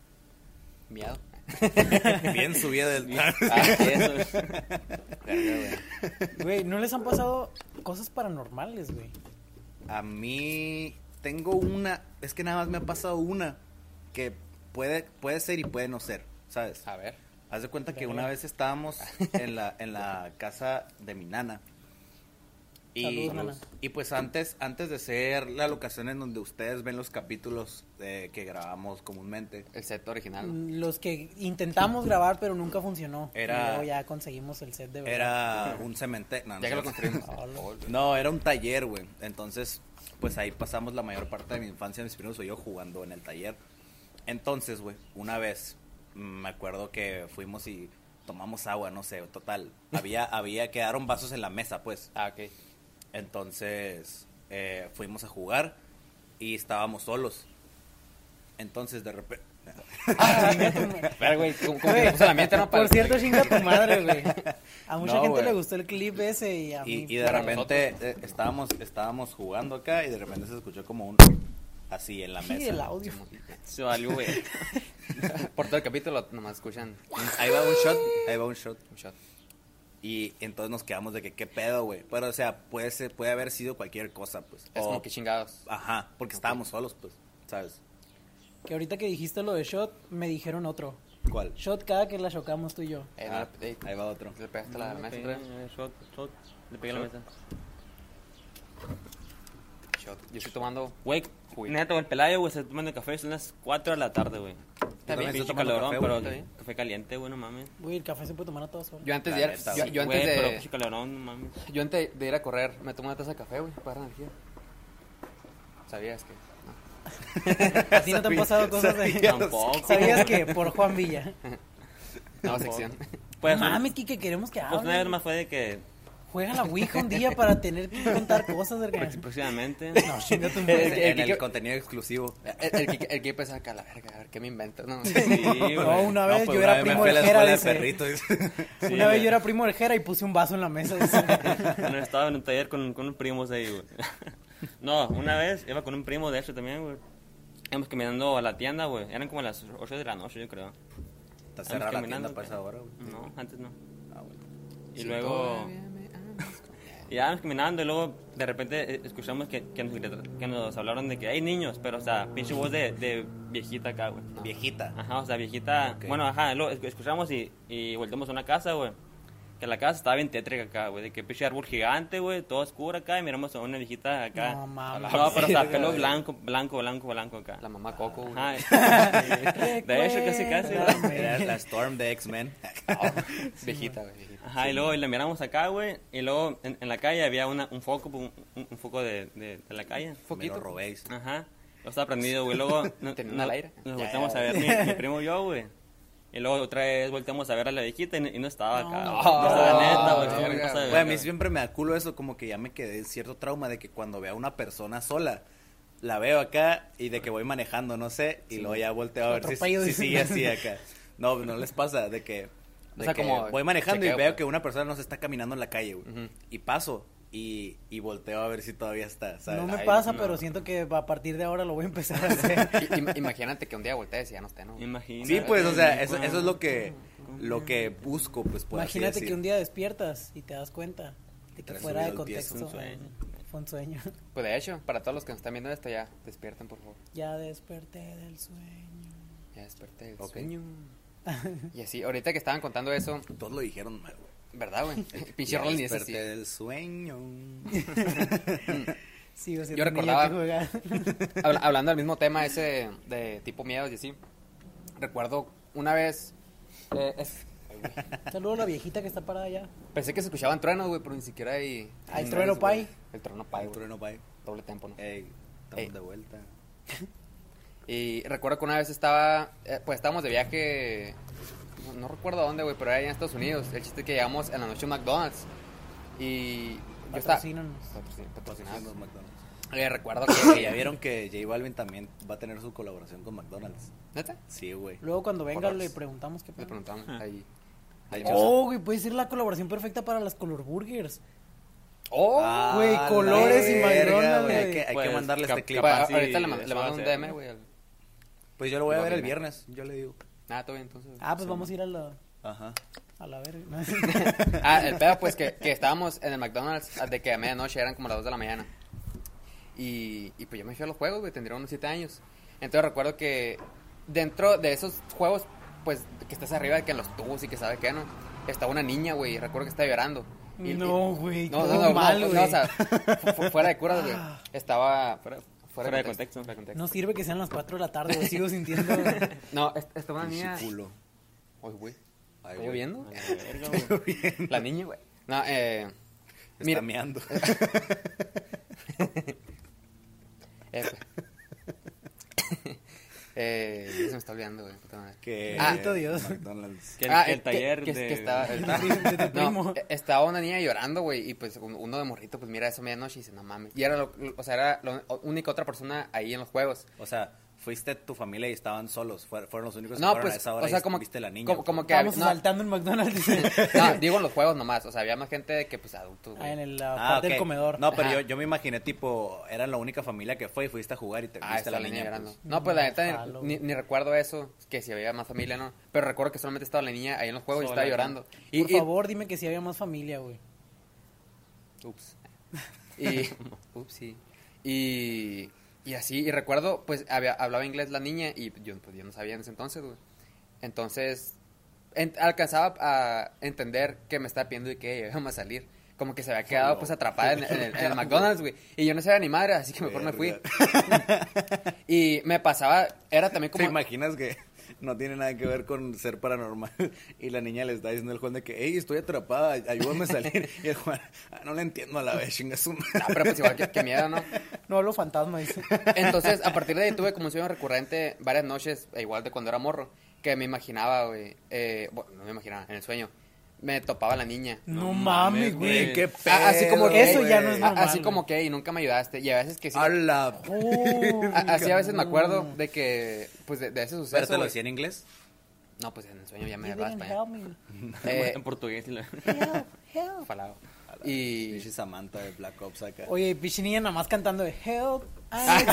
Speaker 3: Miado.
Speaker 2: Bien subida del.
Speaker 3: Ah, eso. Verga, güey.
Speaker 4: Güey, ¿no les han pasado cosas paranormales, güey?
Speaker 2: A mí tengo una, es que nada más me ha pasado una que puede, puede ser y puede no ser, ¿sabes?
Speaker 3: A ver.
Speaker 2: Haz de cuenta que
Speaker 4: Dale.
Speaker 2: una vez estábamos en la, en la casa de mi nana. Y,
Speaker 4: Saludos, nana.
Speaker 2: y pues antes, antes de ser la locación en donde ustedes ven los capítulos eh, que grabamos comúnmente,
Speaker 3: El set original. ¿no?
Speaker 4: Los que intentamos grabar, pero nunca funcionó.
Speaker 2: Era-
Speaker 4: Y luego ya conseguimos el set de verdad.
Speaker 2: era un cementerio. no, no
Speaker 3: Ya que lo
Speaker 2: sé.
Speaker 3: construimos.
Speaker 4: Hola.
Speaker 3: Oh, güey.
Speaker 2: No, era un taller, güey. Entonces, pues ahí pasamos la mayor parte de mi infancia, mis primos y yo jugando en el taller. Entonces, güey, una vez mm, me acuerdo que fuimos y tomamos agua, no sé, total. Había, había, quedaron vasos en la mesa, pues.
Speaker 3: Ah, ok.
Speaker 2: Entonces, eh, fuimos a jugar y estábamos solos. Entonces, de repente,
Speaker 3: Pero, güey, como, como que puso la meta, ¿no?
Speaker 4: Por
Speaker 3: Para-
Speaker 4: cierto, chinga tu madre, güey. A mucha
Speaker 2: No,
Speaker 4: gente
Speaker 2: güey.
Speaker 4: le gustó el clip ese y a mí.
Speaker 2: Y, y de
Speaker 3: para
Speaker 2: repente eh, estábamos, estábamos jugando acá y de repente se escuchó como un así en la
Speaker 4: Sí, el
Speaker 2: mesa.
Speaker 4: audio.
Speaker 1: Se valió, güey.
Speaker 3: Por todo el capítulo nomás escuchan
Speaker 2: Ahí va un shot, ahí va un shot.
Speaker 3: un shot.
Speaker 2: Y entonces nos quedamos de que qué pedo, güey. Pero o sea, puede ser, puede haber sido cualquier cosa, pues.
Speaker 3: Es
Speaker 2: O-
Speaker 3: como que chingados.
Speaker 2: Ajá, porque estábamos solos, pues, ¿sabes?
Speaker 4: Que ahorita que dijiste lo de Shot, me dijeron otro.
Speaker 2: ¿Cuál?
Speaker 4: Shot cada que la chocamos tú y yo.
Speaker 3: Eh, no
Speaker 2: Ah,
Speaker 3: le- eh,
Speaker 2: ahí va otro.
Speaker 3: Le pegaste la mesa otra vez.
Speaker 1: Shot, shot. Le pegué a la mesa.
Speaker 3: Shot. Yo estoy tomando.
Speaker 1: Güey,
Speaker 3: Uy.
Speaker 1: neto, el pelayo, güey, se está tomando café, son las 4 de la tarde,
Speaker 3: Ah,
Speaker 1: güey.
Speaker 3: Está bien.
Speaker 1: Pinche
Speaker 2: estoy tomando
Speaker 1: calorón,
Speaker 2: café, güey,
Speaker 1: pero
Speaker 3: está bien.
Speaker 1: café caliente, güey, no mames.
Speaker 4: Güey, el café se puede tomar a todas horas.
Speaker 3: Yo antes,
Speaker 2: La
Speaker 3: de ir,
Speaker 2: neta,
Speaker 3: yo,
Speaker 2: sí.
Speaker 3: yo antes
Speaker 1: Güey, pero
Speaker 3: de,
Speaker 1: pinche calorón, no mames.
Speaker 3: yo antes de ir a correr, me tomo una taza de café, güey, para dar energía. ¿Sabías que? no?
Speaker 4: A ti no te han pasado cosas de.
Speaker 2: Sabía.
Speaker 1: Tampoco.
Speaker 4: ¿Sabías que? Por Juan Villa.
Speaker 3: No, sección.
Speaker 1: Pues,
Speaker 4: no mames, Kike, queremos que
Speaker 1: pues una vez
Speaker 4: hable.
Speaker 1: más fue de que
Speaker 4: Juega la Ouija un día para tener que contar cosas del
Speaker 1: próxim- próximamente.
Speaker 4: No, chinga tu
Speaker 2: En,
Speaker 4: madre.
Speaker 3: Eh,
Speaker 2: en el
Speaker 3: Kike-
Speaker 2: contenido exclusivo.
Speaker 3: El, el, que- el que empezó acá, la verga, a ver qué me invento. No,
Speaker 1: güey.
Speaker 4: No, una vez
Speaker 2: pues, una
Speaker 4: yo era
Speaker 2: vez me
Speaker 4: primo
Speaker 2: fui
Speaker 4: de
Speaker 2: a la
Speaker 4: Jera,
Speaker 2: escuela de
Speaker 4: dice.
Speaker 2: perritos.
Speaker 1: Sí,
Speaker 4: Una vez
Speaker 1: güey.
Speaker 4: yo era primo del Jera y puse un vaso en la mesa. dice.
Speaker 1: Bueno, estaba en un taller con, con unos primos ahí, güey. No, una vez iba con un primo, de hecho, también, güey. Íbamos caminando a la tienda, güey. Eran como las 8 de la noche, yo creo.
Speaker 2: Está cerrada la tienda
Speaker 1: caminando,
Speaker 2: para esa hora, güey.
Speaker 1: No, antes no.
Speaker 2: Ah, bueno.
Speaker 1: Y luego... Y ya íbamos caminando y luego de repente eh, escuchamos que, que, nos, grita- que nos hablaron de que hay niños, pero o sea, pinche voz de, de viejita acá, güey.
Speaker 2: Viejita.
Speaker 1: Ajá, o sea, viejita.
Speaker 2: Ok.
Speaker 1: Bueno, ajá, luego esc- escuchamos y, y volteamos a una casa, güey. Que la casa estaba bien tétrica acá, güey. De que pinche árbol gigante, güey, todo oscuro acá. Y miramos a una viejita acá.
Speaker 4: No, mames.
Speaker 1: A la- No, pero o sea, pelo blanco, blanco, blanco, blanco acá.
Speaker 3: La mamá Coco, güey.
Speaker 1: Ajá. de hecho, casi, casi. ¿verdad?
Speaker 2: Era la Storm de X-Men.
Speaker 3: Viejita, güey, viejita.
Speaker 1: Ajá, y luego la miramos acá, güey. Y luego en, en la calle había una, un foco, un, un- un foco de, de, de la calle.
Speaker 2: Me lo
Speaker 3: Poquito.
Speaker 2: robéis.
Speaker 1: Ajá. Lo estaba prendido, güey. Luego no-
Speaker 3: Tenía
Speaker 1: no-
Speaker 3: al aire.
Speaker 1: nos
Speaker 2: Ya,
Speaker 1: volteamos
Speaker 2: ya,
Speaker 1: a ver, mi, mi primo y yo, güey. Y luego otra vez volteamos a ver a la viejita y, no- y no estaba acá. güey. No,
Speaker 3: no,
Speaker 1: estaba
Speaker 3: no,
Speaker 1: neta, güey.
Speaker 3: no,
Speaker 1: estuvo bien
Speaker 3: verga,
Speaker 1: pasada de
Speaker 2: Güey, a mí
Speaker 1: verga.
Speaker 2: siempre me da culo eso, como que ya me quedé en cierto trauma de que cuando veo a una persona sola, la veo acá y de que voy manejando, no sé, y luego ya volteo a ver si,
Speaker 4: atropello,
Speaker 2: si
Speaker 4: dice.
Speaker 2: sigue así acá. No, no les pasa de que, de
Speaker 3: sea,
Speaker 2: que
Speaker 3: como
Speaker 2: voy manejando
Speaker 3: chequeo,
Speaker 2: y veo
Speaker 3: pues.
Speaker 2: que una persona no se está caminando en la calle, güey.
Speaker 3: Ujú.
Speaker 2: Y paso y, y volteo a ver si todavía está, ¿sabes?
Speaker 4: No me
Speaker 2: Ay,
Speaker 4: pasa,
Speaker 1: no.
Speaker 4: pero siento que a partir de ahora lo voy a empezar a hacer.
Speaker 3: I- im- imagínate que un día voltees y ya no esté, ¿no?
Speaker 1: Imagínate.
Speaker 2: Sí, pues, o sea, eso, eso es lo que, lo que busco, pues, por así
Speaker 4: Imagínate que
Speaker 2: decir.
Speaker 4: un día despiertas y te das cuenta de que
Speaker 2: Te
Speaker 4: fuera de
Speaker 2: subió el pie, es
Speaker 4: contexto.
Speaker 2: un
Speaker 1: sueño.
Speaker 4: Fue un sueño.
Speaker 3: Pues de hecho, para todos los que nos están viendo esto, ya despierten, por favor.
Speaker 4: Ya desperté del sueño.
Speaker 3: Ya desperté del
Speaker 2: Ok.
Speaker 3: sueño. Y así, ahorita que estaban contando eso,
Speaker 2: Todos lo dijeron mal, güey.
Speaker 3: ¿verdad, güey? Pinche
Speaker 2: Ya
Speaker 3: Rolling es
Speaker 2: desperté
Speaker 3: así.
Speaker 2: del sueño.
Speaker 4: Sigo siendo
Speaker 3: Yo
Speaker 4: un niño
Speaker 3: recordaba-
Speaker 4: que juega.
Speaker 3: Habla- hablando del mismo tema ese de tipo miedos y así, recuerdo una vez, eh, es-
Speaker 4: Saludo a la viejita que está parada allá.
Speaker 3: pensé que se escuchaban truenos, güey, pero ni siquiera hay...
Speaker 4: Ah, el
Speaker 3: hay
Speaker 4: trueno
Speaker 3: truenos, güey.
Speaker 4: pai.
Speaker 3: El trueno
Speaker 2: Ay,
Speaker 3: pai, güey.
Speaker 2: Bruno, bye.
Speaker 3: Doble tempo, ¿no?
Speaker 2: Ey, estamos
Speaker 3: Ey.
Speaker 2: de vuelta.
Speaker 3: Y recuerdo que una vez estaba, eh, pues estábamos de viaje, no, no recuerdo a dónde, güey, pero era allá en Estados Unidos. El chiste es que llegamos en la noche a un McDonald's y yo estaba...
Speaker 4: Patrocínanos.
Speaker 3: Patrocin-
Speaker 2: Patrocinando
Speaker 3: patrocinados.
Speaker 2: McDonald's.
Speaker 3: Eh, recuerdo
Speaker 2: Oye,
Speaker 3: que...
Speaker 2: ya vieron Ah. que J Balvin también va a tener su colaboración con McDonald's.
Speaker 3: ¿Neta?
Speaker 2: Sí, güey.
Speaker 4: Luego cuando venga
Speaker 3: Horas.
Speaker 4: le preguntamos qué
Speaker 3: Le
Speaker 4: pasa.
Speaker 3: preguntamos
Speaker 1: Ah.
Speaker 3: ahí.
Speaker 2: De hecho,
Speaker 4: Oh, güey, puede ser la colaboración perfecta para las color burgers.
Speaker 3: ¡Oh!
Speaker 2: Ah,
Speaker 4: güey,
Speaker 2: la
Speaker 4: colores y
Speaker 2: verga,
Speaker 4: McDonald's,
Speaker 2: güey. Hay
Speaker 4: güey.
Speaker 2: que, hay que
Speaker 1: Pues,
Speaker 2: mandarle este
Speaker 1: cap-
Speaker 2: clip.
Speaker 1: capaz.
Speaker 3: Pa-
Speaker 1: sí,
Speaker 3: ahorita le, ma-
Speaker 1: eso
Speaker 3: le
Speaker 1: va a
Speaker 3: mando un
Speaker 1: ser.
Speaker 3: DM, güey. al-
Speaker 2: Pues yo lo voy a
Speaker 3: Lo
Speaker 2: ver
Speaker 3: vi,
Speaker 2: el
Speaker 3: ¿no?
Speaker 2: viernes, yo le digo.
Speaker 3: Nada, todo bien, entonces. güey.
Speaker 4: Ah, pues vamos a ir a la,
Speaker 2: Ajá.
Speaker 4: a la verga.
Speaker 3: Ah, el pedo, pues, que, que estábamos en el McDonald's ah, de que a medianoche eran como las 2 de la mañana. Y, y pues yo me fui a los juegos, güey, tendría unos 7 años. Entonces recuerdo que dentro de esos juegos, pues, que estás arriba, que en los tubos y que sabe qué, ¿no? Estaba una niña, güey, y recuerdo que estaba llorando. Y-
Speaker 4: No,
Speaker 3: y-
Speaker 4: güey,
Speaker 3: No, no,
Speaker 4: todo
Speaker 3: no, no,
Speaker 4: mal,
Speaker 3: no,
Speaker 4: güey. Ah.
Speaker 3: o sea, fu- fu- fuera de curas, güey. Estaba fuera,
Speaker 1: Fuera de contexto.
Speaker 3: Fuera de
Speaker 4: No sirve que sean las 4 de la tarde, güey, sigo sintiendo.
Speaker 3: No, est- estaba una niña.
Speaker 2: Pinche culo.
Speaker 3: Ay, güey.
Speaker 2: Ay,
Speaker 3: ¿Está
Speaker 2: güey.
Speaker 3: lloviendo?
Speaker 1: A la verga, güey.
Speaker 3: La niña, güey. No, eh.
Speaker 2: Está
Speaker 3: Mira,
Speaker 2: meando.
Speaker 3: eh, pues. eh, ya se me está olvidando, güey. puta madre.
Speaker 2: que
Speaker 3: Ah.
Speaker 4: Bendito Dios.
Speaker 2: McDonald's.
Speaker 1: Que el,
Speaker 3: Ah,
Speaker 1: que el
Speaker 3: eh,
Speaker 1: taller
Speaker 3: que- que-
Speaker 1: de...
Speaker 3: que estaba, eh,
Speaker 4: de tu
Speaker 3: no,
Speaker 4: primo.
Speaker 3: eh, estaba una niña llorando, güey, y pues un- uno de morrito, pues mira eso a medianoche y dice, no mames. Y era, lo, lo- o sea, era la única otra persona ahí en los juegos.
Speaker 2: O sea, fuiste tu familia y estaban solos, fue- fueron los únicos que
Speaker 3: No,
Speaker 2: fueron a
Speaker 3: pues,
Speaker 2: esa hora
Speaker 3: o sea,
Speaker 2: y
Speaker 3: como,
Speaker 2: viste la niña.
Speaker 3: como,
Speaker 2: güey.
Speaker 3: como que...
Speaker 4: Estábamos
Speaker 3: no,
Speaker 4: saltando en McDonald's.
Speaker 3: no, digo los juegos nomás, o sea, había más gente de que, pues, adultos,
Speaker 4: Ah,
Speaker 3: güey.
Speaker 4: en la
Speaker 2: Ah,
Speaker 4: parte
Speaker 2: ok.
Speaker 4: del comedor.
Speaker 2: No, pero yo,
Speaker 3: Ajá.
Speaker 2: yo me imaginé, tipo, era la única familia que fue y fuiste a jugar y te
Speaker 3: Ah,
Speaker 2: viste
Speaker 3: está
Speaker 2: a la niña.
Speaker 3: llorando.
Speaker 2: pues.
Speaker 3: No, pues la neta
Speaker 4: Jalo,
Speaker 3: ni,
Speaker 4: güey.
Speaker 3: ni recuerdo eso, que si había más familia, ¿no? Pero recuerdo que solamente estaba la niña ahí en los juegos y
Speaker 1: Sola,
Speaker 3: estaba
Speaker 1: ¿no?
Speaker 3: llorando. Y,
Speaker 4: Por
Speaker 3: y-
Speaker 4: favor, dime que si había más familia, güey.
Speaker 3: Ups. Y, ups, sí. Y, y así, y recuerdo, pues había, hablaba inglés la niña y yo, pues, yo no sabía en ese entonces, güey. Entonces, en- alcanzaba a entender que me estaba pidiendo y que íbamos a salir. Como que se había quedado,
Speaker 2: no.
Speaker 3: pues, atrapada en, en el, en el McDonald's, güey. Y yo no sabía ni madre, así que mejor me fui. Y me pasaba, era también
Speaker 2: ¿Te
Speaker 3: como...
Speaker 2: imaginas que no tiene nada que ver con ser paranormal? Y la niña le está diciendo al Juan de que, hey, estoy atrapada, ayúdame a salir. Y el Juan, "Ah, no le entiendo a la vez, chinga su madre".
Speaker 3: No, pero pues igual que, que miedo, ¿no?
Speaker 4: No hablo fantasma, dice.
Speaker 3: Entonces, a partir de ahí tuve como un sueño recurrente varias noches, e igual de cuando era morro, que me imaginaba, güey. eh, bueno, no me imaginaba, en el sueño. Me topaba la niña.
Speaker 4: No,
Speaker 1: No mames,
Speaker 4: mames, güey.
Speaker 1: güey.
Speaker 2: Qué
Speaker 3: A-
Speaker 4: Ah,
Speaker 3: así como
Speaker 2: pedo,
Speaker 3: que,
Speaker 4: Eso ya no es
Speaker 3: a-
Speaker 2: güey.
Speaker 4: normal,
Speaker 3: Así
Speaker 4: güey.
Speaker 3: como que, y nunca me ayudaste. Y a veces que sí.
Speaker 2: A la...
Speaker 4: Oh,
Speaker 3: a- así a veces me acuerdo de que, pues, de, de ese suceso.
Speaker 2: ¿Pero te lo
Speaker 3: güey.
Speaker 2: decía en inglés?
Speaker 3: No, pues en el sueño ya me
Speaker 4: You
Speaker 3: hablaba
Speaker 4: didn't
Speaker 3: español.
Speaker 4: help me.
Speaker 3: Eh,
Speaker 1: en portugués. y la-
Speaker 4: Help, help.
Speaker 3: falado.
Speaker 2: Y...
Speaker 3: Y.
Speaker 2: Samantha de Black Ops acá.
Speaker 4: Oye, pinche niña nada más cantando de help. I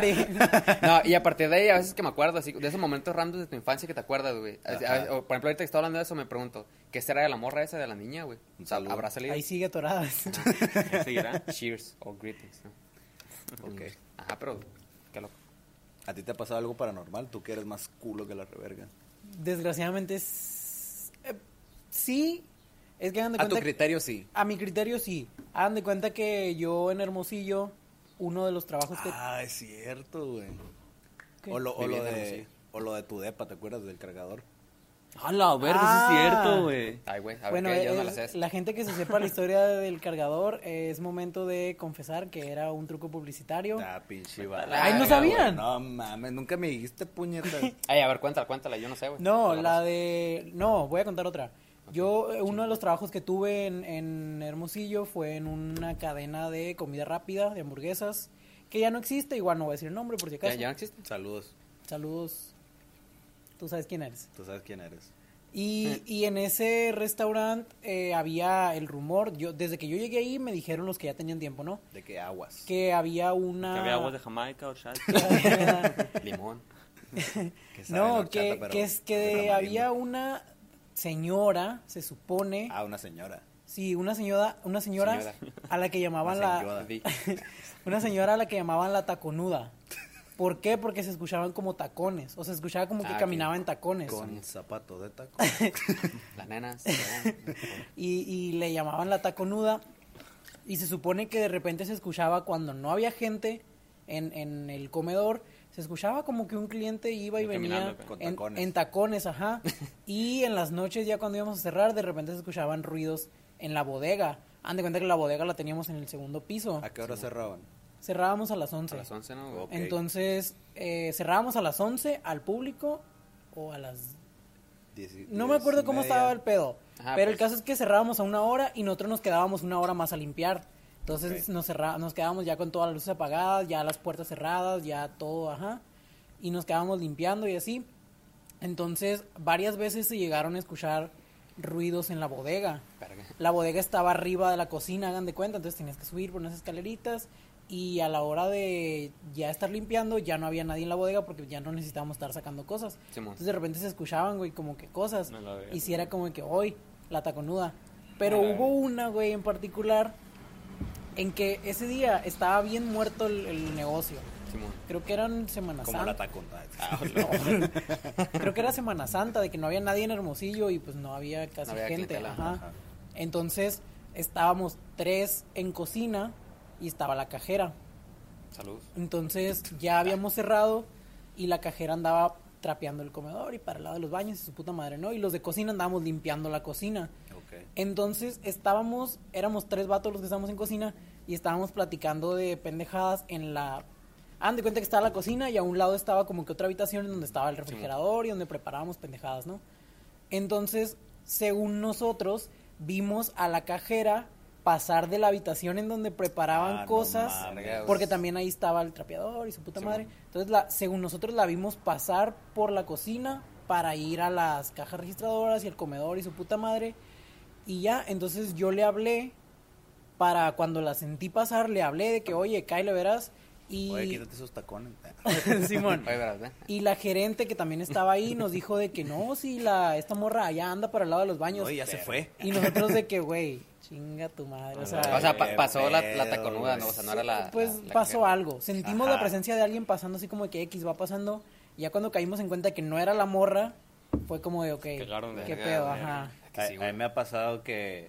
Speaker 4: need somebody.
Speaker 3: No, y a partir de ahí, a veces que me acuerdo, así, de esos momentos random de tu infancia que te acuerdas, güey. A- a-
Speaker 2: Ajá.
Speaker 3: o, por ejemplo, ahorita que estaba hablando de eso, me pregunto, ¿qué será de la morra esa de la niña, güey?
Speaker 2: Un
Speaker 3: O sea,
Speaker 2: saludo.
Speaker 3: ¿Habrá salido?
Speaker 4: Ahí sigue atorada.
Speaker 1: Seguirá.
Speaker 3: Cheers o greetings, ¿no?
Speaker 2: Ok.
Speaker 3: Ajá, pero qué loco.
Speaker 2: ¿A ti te ha pasado algo paranormal? Tú que eres más culo que la reverga.
Speaker 4: Desgraciadamente es... eh, sí. Es que hagan de
Speaker 2: A tu
Speaker 4: cuenta que-
Speaker 2: criterio sí.
Speaker 4: A mi criterio sí. Hagan de cuenta que yo en Hermosillo, uno de los trabajos que...
Speaker 2: Ah, es cierto, güey.
Speaker 4: ¿Qué?
Speaker 2: O lo, o lo
Speaker 3: Viví en
Speaker 2: de,
Speaker 3: Hermosillo.
Speaker 2: o lo de tu depa, ¿te acuerdas del cargador?
Speaker 1: A la verga, sí
Speaker 4: Ah.
Speaker 1: es cierto, güey.
Speaker 3: Ay, güey, a ver
Speaker 4: bueno,
Speaker 3: qué, yo no
Speaker 4: eh,
Speaker 3: la sé.
Speaker 4: la gente que se sepa la historia del cargador, eh, es momento de confesar que era un truco publicitario.
Speaker 2: Ah, pinche
Speaker 4: Ay, ¿no
Speaker 2: verga,
Speaker 4: sabían?
Speaker 2: güey. No mames, nunca me dijiste puñetas.
Speaker 3: Ay, a ver, cuéntala, cuéntala, yo no sé, güey.
Speaker 4: No,
Speaker 3: Te
Speaker 4: la
Speaker 3: abrazo.
Speaker 4: de... No, voy a contar otra. Yo, eh, uno de los trabajos que tuve en, en Hermosillo fue en una cadena de comida rápida, de hamburguesas, que ya no existe, igual no voy a decir el nombre por si
Speaker 3: ¿Ya,
Speaker 4: acaso.
Speaker 3: ya no existe?
Speaker 2: Saludos,
Speaker 4: Saludos. Tú sabes quién eres.
Speaker 2: tú sabes quién eres.
Speaker 4: Y, y en ese restaurante eh, había el rumor, yo desde que yo llegué ahí me dijeron los que ya tenían tiempo, ¿no?
Speaker 2: ¿De qué aguas?
Speaker 4: Que había
Speaker 1: Que
Speaker 4: una...
Speaker 1: había aguas de Jamaica o chat.
Speaker 3: Limón.
Speaker 2: saben
Speaker 4: no,
Speaker 2: horchata,
Speaker 4: que,
Speaker 2: pero
Speaker 4: que es
Speaker 2: de
Speaker 4: que
Speaker 2: tamarindo.
Speaker 4: había una señora, se supone,
Speaker 2: Ah, una señora.
Speaker 4: sí, una señora, una señora,
Speaker 3: Señora.
Speaker 4: a la que llamaban
Speaker 2: Una
Speaker 4: la...
Speaker 2: señora.
Speaker 3: Di.
Speaker 4: Una señora a la que llamaban la taconuda. ¿Por qué? Porque se escuchaban como tacones, o se escuchaba como que
Speaker 3: Ah,
Speaker 4: caminaba
Speaker 3: ok.
Speaker 4: en tacones.
Speaker 2: Con zapatos de taco.
Speaker 4: Ah.
Speaker 3: Las nenas. no,
Speaker 4: y, y le llamaban la taconuda. Y se supone que de repente se escuchaba cuando no había gente en, en el comedor, se escuchaba como que un cliente iba y
Speaker 1: Y
Speaker 4: venía
Speaker 1: caminando,
Speaker 2: con
Speaker 4: en,
Speaker 2: tacones.
Speaker 4: en tacones, ajá. Y en las noches ya cuando íbamos a cerrar, de repente se escuchaban ruidos en la bodega. Han de cuenta que la bodega la teníamos en el segundo piso.
Speaker 2: ¿A qué hora cerraban?
Speaker 4: Cerrábamos a las 11.
Speaker 3: A las 11, ¿no? güey?
Speaker 2: Ok.
Speaker 4: Entonces, eh, cerrábamos a las 11 al público o a las
Speaker 2: Dieci-
Speaker 4: no
Speaker 2: diez
Speaker 4: me
Speaker 2: y
Speaker 4: acuerdo cómo
Speaker 2: media.
Speaker 4: estaba el pedo.
Speaker 3: Ajá,
Speaker 4: pero el
Speaker 3: pues.
Speaker 4: caso es que cerrábamos a una hora y nosotros nos quedábamos una hora más a limpiar. Entonces
Speaker 2: Ok.
Speaker 4: nos, cerra- nos quedábamos ya con todas las luces apagadas, ya las puertas cerradas, ya todo, ajá. Y nos quedábamos limpiando y así. Entonces varias veces se llegaron a escuchar ruidos en la bodega.
Speaker 3: Verga.
Speaker 4: La bodega estaba arriba de la cocina, hagan de cuenta, entonces tenías que subir por unas escaleritas y a la hora de ya estar limpiando ya no había nadie en la bodega porque ya no necesitábamos estar sacando cosas.
Speaker 3: Simón.
Speaker 4: Entonces de repente se escuchaban, güey, como que cosas.
Speaker 1: No la veo.
Speaker 4: y si era como que hoy la taconuda. Pero
Speaker 1: No la veo.
Speaker 4: hubo una, güey, en particular en que ese día estaba bien muerto el, el negocio.
Speaker 3: Simón.
Speaker 4: Creo que eran Semana
Speaker 2: Como la Ah,
Speaker 4: Santa.
Speaker 2: taconda.
Speaker 4: Creo que era Semana Santa, de que no había nadie en Hermosillo y pues no había
Speaker 3: No
Speaker 4: casi
Speaker 3: había
Speaker 4: gente.
Speaker 3: clientela,
Speaker 4: ajá.
Speaker 2: ajá.
Speaker 4: Entonces estábamos tres en cocina y estaba la cajera.
Speaker 3: Salud.
Speaker 4: Entonces ya habíamos cerrado y la cajera andaba trapeando el comedor y para el lado de los baños y su puta madre, ¿no? Y los de cocina andábamos limpiando la cocina.
Speaker 2: Ok.
Speaker 4: Entonces estábamos, éramos tres vatos los que estábamos en cocina y estábamos platicando de pendejadas en la... Hagan de cuenta que estaba la cocina y a un lado estaba como que otra habitación en donde estaba el refrigerador y donde preparábamos pendejadas, ¿no? Entonces, según nosotros, vimos a la cajera pasar de la habitación en donde preparaban
Speaker 2: Ah, no
Speaker 4: cosas,
Speaker 2: mames.
Speaker 4: porque también ahí estaba el trapeador y su puta madre. Entonces, la, según nosotros la vimos pasar por la cocina para ir a las cajas registradoras y el comedor y su puta madre. Y ya, entonces yo le hablé para cuando la sentí pasar, le hablé de que, oye, Kyle, verás. Y
Speaker 2: Oye, quítate esos tacones. Ah,
Speaker 4: Simón.
Speaker 3: Oye, ¿verdad?
Speaker 4: Y la gerente que también estaba ahí nos dijo de que no, si la esta morra allá anda para el lado de los baños.
Speaker 2: Oye, ya se fue.
Speaker 4: Y nosotros de que, güey, chinga tu madre. O sea,
Speaker 3: O sea, pa-
Speaker 2: Qué
Speaker 3: pasó la, la
Speaker 2: pedo,
Speaker 3: taconuda, ¿no? O
Speaker 2: güey.
Speaker 3: sea, no era la...
Speaker 4: pues
Speaker 3: la- la
Speaker 4: pasó
Speaker 3: que-
Speaker 4: algo. Sentimos
Speaker 2: Ajá.
Speaker 4: la presencia de alguien pasando así como de que X va pasando. Y ya cuando caímos en cuenta que no era la morra, fue como de, ok,
Speaker 1: Cagaron de
Speaker 4: qué
Speaker 1: verga,
Speaker 4: pedo,
Speaker 1: de
Speaker 4: ajá.
Speaker 3: Que
Speaker 2: a,
Speaker 3: sí,
Speaker 2: a
Speaker 3: güey.
Speaker 2: mí me ha pasado que,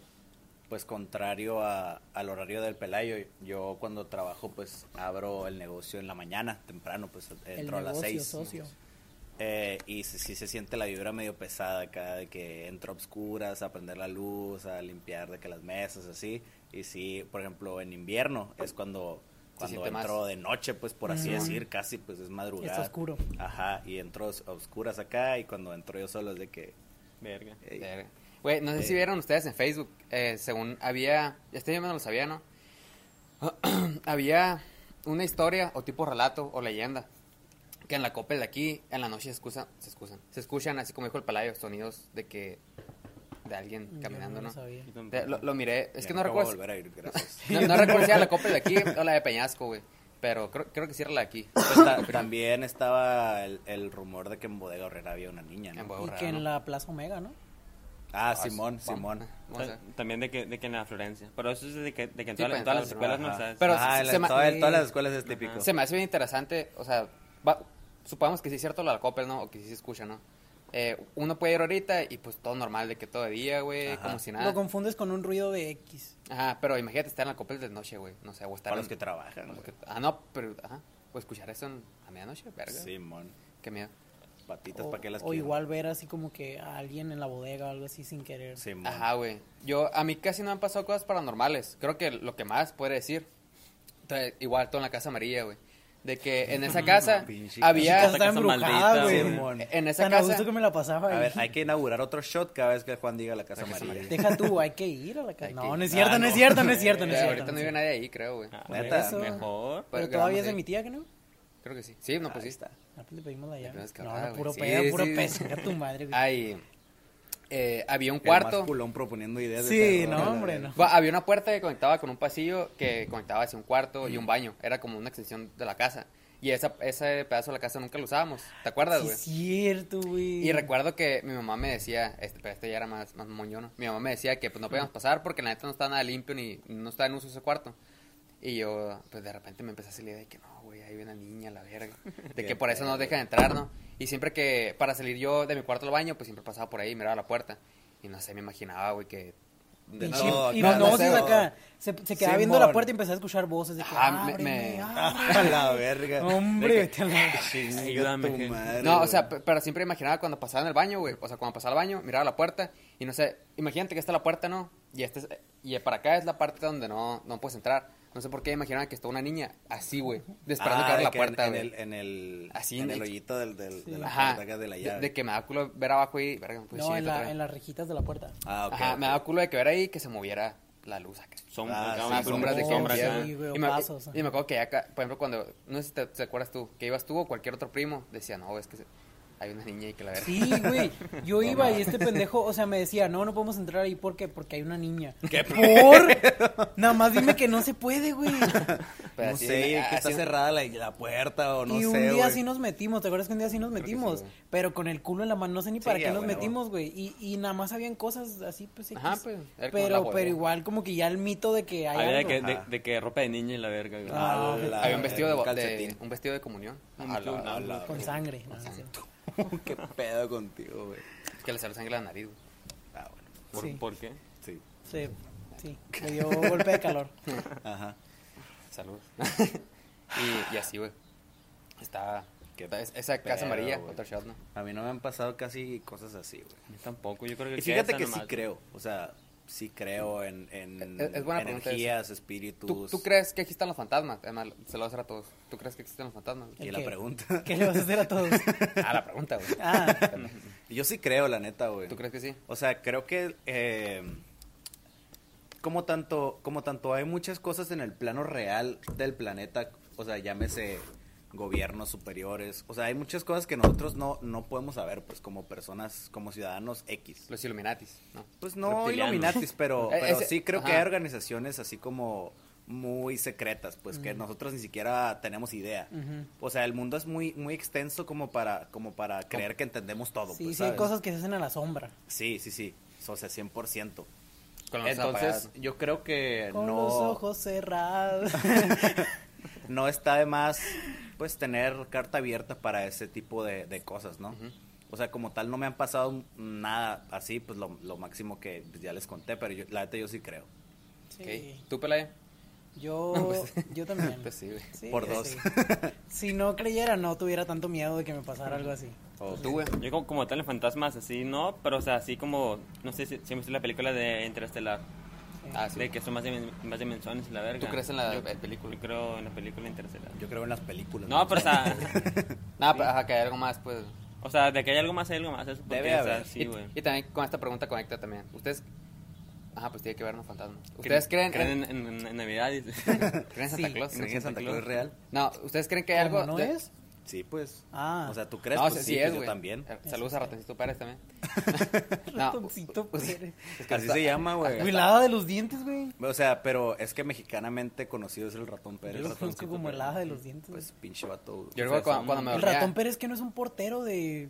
Speaker 2: pues contrario a- al horario del Pelayo, yo cuando trabajo, pues abro el negocio en la mañana, temprano, pues
Speaker 4: El
Speaker 2: entro a las
Speaker 4: negocio,
Speaker 2: seis.
Speaker 4: socio.
Speaker 3: pues,
Speaker 2: Eh, y sí, sí se siente la vibra medio pesada acá, de que entro a obscuras, a prender la luz, a limpiar de que las mesas, así. Y sí, por ejemplo, en invierno es cuando, cuando
Speaker 3: siente más. Mm.
Speaker 2: entro de noche, pues por así decir, casi, pues es madrugada.
Speaker 4: Está oscuro.
Speaker 2: Ajá, y entro a obscuras acá y cuando entro yo solo es de que...
Speaker 1: Verga.
Speaker 2: ey,
Speaker 3: Verga. Güey, no sé si vieron ustedes en Facebook, eh, según había, este yo no lo sabía, ¿no? había una historia o tipo relato o leyenda que en la copel de aquí, en la noche se excusan, se excusan, se escuchan, así como dijo el palayo, sonidos de que, de alguien
Speaker 4: Yo
Speaker 3: caminando,
Speaker 4: no
Speaker 3: ¿no?
Speaker 4: lo sabía.
Speaker 3: Te- lo, lo miré, es
Speaker 2: ya
Speaker 3: que no
Speaker 2: nunca voy a
Speaker 3: recuerdo,
Speaker 2: volver a ir, gracias.
Speaker 3: no, no recuerdo si era la copel de aquí o la de Peñasco, güey, pero creo, creo que sí era la de aquí.
Speaker 2: Pues ta- también estaba el, el rumor de que en Bodega Horrera había una niña, ¿no?
Speaker 3: En Bodega.
Speaker 4: Y
Speaker 3: Raro,
Speaker 4: que
Speaker 3: ¿no?
Speaker 4: en la Plaza Omega, ¿no?
Speaker 2: Ah, Simón,
Speaker 3: Vamos,
Speaker 2: Simón.
Speaker 3: vamos a-
Speaker 1: Ta- También de que, de que en la Florencia. Pero eso es de que, de que en,
Speaker 3: Sí,
Speaker 1: todas las- en todas las
Speaker 3: pues, en todas
Speaker 1: escuelas no
Speaker 2: Ajá.
Speaker 1: sabes.
Speaker 3: Pero
Speaker 2: Ah,
Speaker 3: se-
Speaker 2: en la-
Speaker 3: se ma- Mm.
Speaker 2: toda- en todas las escuelas este es típico.
Speaker 3: Se me hace bien interesante, o sea, va- supongamos que sí es cierto la copel, ¿no? O que sí se escucha, ¿no? Eh, uno puede ir ahorita y pues todo normal, de que todo de día, güey,
Speaker 2: Ajá.
Speaker 3: como si
Speaker 4: Lo
Speaker 3: nada.
Speaker 4: confundes con un ruido de X.
Speaker 3: Ajá, pero imagínate estar en la copel de noche, güey, no sé, o estar
Speaker 2: Para
Speaker 3: en-
Speaker 2: los que trabajan, güey.
Speaker 3: que- Ah, no, pero, ajá, o escuchar eso en- a medianoche, verga,
Speaker 2: Simón.
Speaker 3: qué miedo.
Speaker 2: Patitas,
Speaker 4: O,
Speaker 2: ¿para qué las
Speaker 4: o
Speaker 2: quiero?
Speaker 4: igual ver así como que a alguien en la bodega o algo así sin querer.
Speaker 2: Simón.
Speaker 3: Ajá, güey, yo, a mí casi no me han pasado cosas paranormales, creo que lo que más podría decir, tra- igual todo en la casa amarilla, güey, de que en esa casa
Speaker 2: Pinche
Speaker 3: había,
Speaker 1: casa. güey.
Speaker 2: Simón.
Speaker 3: en esa
Speaker 4: Tan a
Speaker 3: casa... Eh,
Speaker 4: gusto Ah, que me la pasaba
Speaker 2: A
Speaker 4: ahí.
Speaker 2: ver, hay que inaugurar otro shot cada vez que Juan diga la Casa María.
Speaker 4: Deja tú, hay que ir a la casa.
Speaker 3: Hay que
Speaker 4: No,
Speaker 3: ir.
Speaker 4: no es cierto,
Speaker 2: Ah,
Speaker 4: no es
Speaker 2: no.
Speaker 4: cierto, no es cierto, no es
Speaker 3: Eh,
Speaker 4: cierto.
Speaker 3: ahorita no
Speaker 4: es
Speaker 3: vive
Speaker 4: cierto.
Speaker 3: nadie ahí, creo, güey.
Speaker 1: Ah,
Speaker 2: Neta.
Speaker 1: eso. Mejor.
Speaker 3: Pero
Speaker 4: Pero
Speaker 3: que
Speaker 4: todavía
Speaker 3: vamos
Speaker 4: es de
Speaker 3: a-
Speaker 4: mi tía, que no?
Speaker 3: Creo que sí. Sí, no, pues sí.
Speaker 4: Ah, pues le pedimos la llave.
Speaker 3: tenemos que
Speaker 4: No,
Speaker 3: hablar,
Speaker 4: no,
Speaker 3: güey.
Speaker 4: puro
Speaker 3: Sí,
Speaker 4: pedo, puro
Speaker 3: sí.
Speaker 4: pedo. Chinga tu madre, güey.
Speaker 3: Ahí eh, había un
Speaker 2: El
Speaker 3: cuarto.
Speaker 2: más culón proponiendo ideas de
Speaker 4: Sí,
Speaker 2: terror,
Speaker 4: no,
Speaker 2: a la
Speaker 4: hombre,
Speaker 2: verga.
Speaker 4: no.
Speaker 3: Va, había una puerta que conectaba con un pasillo que conectaba hacia un cuarto y un baño. Era como una extensión de la casa. Y esa, ese pedazo de la casa nunca lo usábamos. ¿Te acuerdas,
Speaker 4: Sí,
Speaker 3: güey?
Speaker 4: es cierto, güey.
Speaker 3: Y recuerdo que mi mamá me decía, este, pero este ya era más, más moñono, mi mamá me decía que pues no podíamos pasar porque la neta no estaba nada limpio ni no estaba en uso ese cuarto. Y yo, pues de repente me empecé a salir de que no, güey, ahí viene la niña, la verga. De que
Speaker 2: Qué
Speaker 3: por eso no
Speaker 2: pedo.
Speaker 3: dejan entrar, ¿no? Y siempre que, para salir yo de mi cuarto al baño, pues siempre pasaba por ahí y miraba la puerta. Y no sé, me imaginaba, güey, que...
Speaker 2: De
Speaker 4: Y
Speaker 2: no,
Speaker 4: chip- y
Speaker 2: cada vez-
Speaker 4: no, sí, acá. Se, se quedaba viendo
Speaker 2: Simón.
Speaker 4: la puerta y empezaba a escuchar voces de que,
Speaker 3: Ah, me-
Speaker 4: ábreme,
Speaker 3: me-
Speaker 4: ábreme.
Speaker 2: A la verga.
Speaker 4: Hombre, vete a la-
Speaker 1: Ayúdame,
Speaker 2: Ayúdame.
Speaker 1: que-
Speaker 3: No, o sea, pe- pero siempre imaginaba cuando pasaba en el baño, güey. O sea, cuando pasaba al baño, miraba la puerta y no sé, imagínate que está la puerta, ¿no? Y, este es- y para acá es la parte donde no, no puedes entrar. No sé por qué imaginaba que está una niña así, güey, de- esperando que abra la puerta,
Speaker 2: Ah, En,
Speaker 3: güey.
Speaker 2: el, en el,
Speaker 3: Así,
Speaker 2: en
Speaker 3: de-
Speaker 2: el hoyito del, del, de la
Speaker 3: Ajá,
Speaker 2: puerta acá de la llave.
Speaker 3: de que me da culo ver abajo y... Verga, pues, sí,
Speaker 4: No, en,
Speaker 3: otra
Speaker 4: la,
Speaker 3: vez.
Speaker 4: en las rejitas de la puerta.
Speaker 2: Ah, ok.
Speaker 3: Ajá,
Speaker 2: ok.
Speaker 3: me da culo de que ver ahí que se moviera la luz acá.
Speaker 1: Sombra,
Speaker 2: Ah,
Speaker 1: acá,
Speaker 2: sí,
Speaker 1: una
Speaker 3: sombras de que
Speaker 1: sombra
Speaker 4: sí,
Speaker 1: acá.
Speaker 4: güey.
Speaker 3: y, me,
Speaker 4: pasos.
Speaker 3: y me acuerdo que acá, por ejemplo, cuando, no sé si te, te acuerdas tú, que ibas tú o cualquier otro primo, decía, no, es que se- hay una niña y que la verga.
Speaker 4: Sí, güey. Yo
Speaker 3: No
Speaker 4: iba y
Speaker 3: mames.
Speaker 4: este pendejo, o sea, me decía, no, no podemos entrar ahí porque porque hay una niña. ¿Qué por? Nada más dime que no se puede, güey.
Speaker 3: Pero
Speaker 2: No
Speaker 3: así,
Speaker 2: sé, que
Speaker 3: así-
Speaker 2: está cerrada la, la puerta o no
Speaker 4: y
Speaker 2: sé,
Speaker 4: un día
Speaker 2: güey.
Speaker 4: sí nos metimos, ¿te acuerdas que un día sí nos
Speaker 3: que sí,
Speaker 4: metimos?
Speaker 3: güey.
Speaker 4: pero con el culo en la mano, no sé ni
Speaker 2: Sí,
Speaker 4: para
Speaker 2: a
Speaker 4: qué nos
Speaker 2: huevo.
Speaker 4: metimos, güey. Y, y nada más habían cosas así, pues. X.
Speaker 3: Ajá, pues, era como la
Speaker 4: pero,
Speaker 3: bodega.
Speaker 4: pero igual, como que ya el mito de que hay.
Speaker 1: Había de
Speaker 4: algo.
Speaker 1: que, de,
Speaker 2: Ajá.
Speaker 1: de que ropa de niña y la verga. güey.
Speaker 4: Ah,
Speaker 2: la-
Speaker 3: Había un vestido de,
Speaker 2: un
Speaker 3: bo- de-
Speaker 2: calcetín.
Speaker 3: un vestido de comunión.
Speaker 1: Un
Speaker 3: Ah, la-
Speaker 1: chul-
Speaker 3: la-
Speaker 1: ah,
Speaker 2: la-
Speaker 4: Con sangre. no, no sé.
Speaker 2: ¿Qué pedo contigo, güey?
Speaker 3: que le sale sangre a la nariz. güey.
Speaker 2: Ah, bueno.
Speaker 1: ¿Por,
Speaker 4: Sí.
Speaker 1: ¿por qué?
Speaker 2: Sí.
Speaker 4: Sí, sí. Le dio golpe de calor.
Speaker 2: Ajá.
Speaker 3: Salud. y, y así, güey. Está.
Speaker 2: Qué
Speaker 3: está- es- esa
Speaker 2: pedo,
Speaker 3: casa amarilla,
Speaker 2: güey.
Speaker 3: otro shot, ¿no?
Speaker 2: A mí no me han pasado casi cosas así, güey.
Speaker 1: A mí Tampoco, yo creo que
Speaker 2: Y fíjate
Speaker 1: esa
Speaker 2: que sí
Speaker 1: nomás.
Speaker 2: creo, o sea, sí creo en, en
Speaker 3: Es- es buena pregunta
Speaker 2: energías,
Speaker 3: ¿Tú,
Speaker 2: espíritus.
Speaker 3: tú crees que existan los fantasmas? Además, se lo voy a hacer a todos. ¿Tú crees que existen los fantasmas? güey?
Speaker 2: Y
Speaker 4: ¿El
Speaker 2: la
Speaker 4: qué?
Speaker 2: pregunta.
Speaker 4: ¿Qué le vas a hacer a todos?
Speaker 3: Ah, la pregunta, güey.
Speaker 4: Ah,
Speaker 2: Yo sí creo, la neta, güey.
Speaker 3: ¿Tú crees que sí?
Speaker 2: O sea, creo que eh, como tanto, como tanto hay muchas cosas en el plano real del planeta, o sea, llámese gobiernos superiores, o sea, hay muchas cosas que nosotros no, no podemos saber, pues como personas, como ciudadanos X.
Speaker 3: Los Illuminatis, ¿no?
Speaker 2: Pues no
Speaker 1: Reptilianos.
Speaker 2: Illuminatis, pero,
Speaker 3: Eh,
Speaker 2: pero
Speaker 3: ese-
Speaker 2: sí creo que
Speaker 3: ajá.
Speaker 2: hay organizaciones así como muy secretas, pues que nosotros ni siquiera tenemos idea.
Speaker 4: Ujú.
Speaker 2: O sea, el mundo es muy muy extenso como para como para creer que entendemos todo,
Speaker 4: Sí,
Speaker 2: pues,
Speaker 4: sí, hay
Speaker 2: ¿sabes?
Speaker 4: cosas que se hacen a la sombra.
Speaker 2: Sí, sí, sí. O sea, 100%.
Speaker 3: Con los
Speaker 2: Entonces,
Speaker 3: apagados.
Speaker 2: yo creo que
Speaker 4: Con
Speaker 2: Eh, no
Speaker 4: los ojos cerrados.
Speaker 2: no está de más pues tener carta abierta para ese tipo de, de cosas, ¿no? O sea, como tal no me han pasado nada así, pues lo, lo máximo que pues, ya les conté, pero yo, la neta yo sí creo.
Speaker 4: Sí.
Speaker 3: Ok. ¿Tú, Pelaya?
Speaker 4: Yo, yo también.
Speaker 3: Pues sí, güey.
Speaker 4: Sí,
Speaker 2: Por
Speaker 4: yo
Speaker 2: dos.
Speaker 4: sí. Si no creyera, no tuviera tanto miedo de que me pasara algo así.
Speaker 2: O-
Speaker 3: ¿Tú, güey?
Speaker 1: Yo como, como tal en fantasmas, así no, pero o sea, así como, no sé si, si han visto la película de Interestelar,
Speaker 4: Sí.
Speaker 3: Ah, sí.
Speaker 1: de que son más, dimen- más dimensiones y la verga.
Speaker 3: ¿Tú crees en la
Speaker 1: Yo-
Speaker 3: el película?
Speaker 1: Yo creo en la película Interestelar.
Speaker 2: Yo creo en las películas.
Speaker 1: No, pero o sea,
Speaker 3: Nada, pero ajá, que hay algo más, pues.
Speaker 1: o sea, de que hay algo más, hay algo más. Es porque,
Speaker 2: Debe
Speaker 1: o sea,
Speaker 2: haber.
Speaker 1: sí,
Speaker 3: y,
Speaker 1: güey.
Speaker 3: y también con esta pregunta conecta también. Ustedes. Ajá, pues tiene que ver unos fantasmas. ¿Ustedes creen,
Speaker 1: creen
Speaker 3: creen,
Speaker 1: en, en- en Navidad? y-
Speaker 3: en, creen en Santa Claus?
Speaker 2: ¿Creen que Santa Claus es real?
Speaker 3: No, ¿ustedes creen que hay
Speaker 4: ¿Cómo
Speaker 3: algo.
Speaker 4: no
Speaker 3: de-
Speaker 4: es?
Speaker 2: Sí, pues.
Speaker 4: Ah.
Speaker 2: O sea, ¿tú crees?
Speaker 3: No,
Speaker 2: pues,
Speaker 3: sí,
Speaker 2: sí,
Speaker 3: sí
Speaker 2: pues,
Speaker 3: es,
Speaker 2: yo
Speaker 3: güey.
Speaker 2: también.
Speaker 3: Eh, Saludos a Ratoncito Pérez también.
Speaker 4: Ratoncito
Speaker 3: pues,
Speaker 4: Pérez.
Speaker 3: es que
Speaker 2: Así
Speaker 3: está-
Speaker 2: se llama,
Speaker 4: Güey,
Speaker 2: güey.
Speaker 4: lava de los dientes, güey.
Speaker 2: O sea, pero es que mexicanamente conocido es el ratón Pérez.
Speaker 4: Yo lo conozco
Speaker 2: Ratoncito
Speaker 4: como el
Speaker 2: Pérez.
Speaker 4: hada de los dientes.
Speaker 2: Pues pinche vato.
Speaker 3: Yo recuerdo cuando,
Speaker 1: son-
Speaker 3: cuando me
Speaker 4: el
Speaker 3: dormía.
Speaker 4: ratón Pérez que no es un portero de...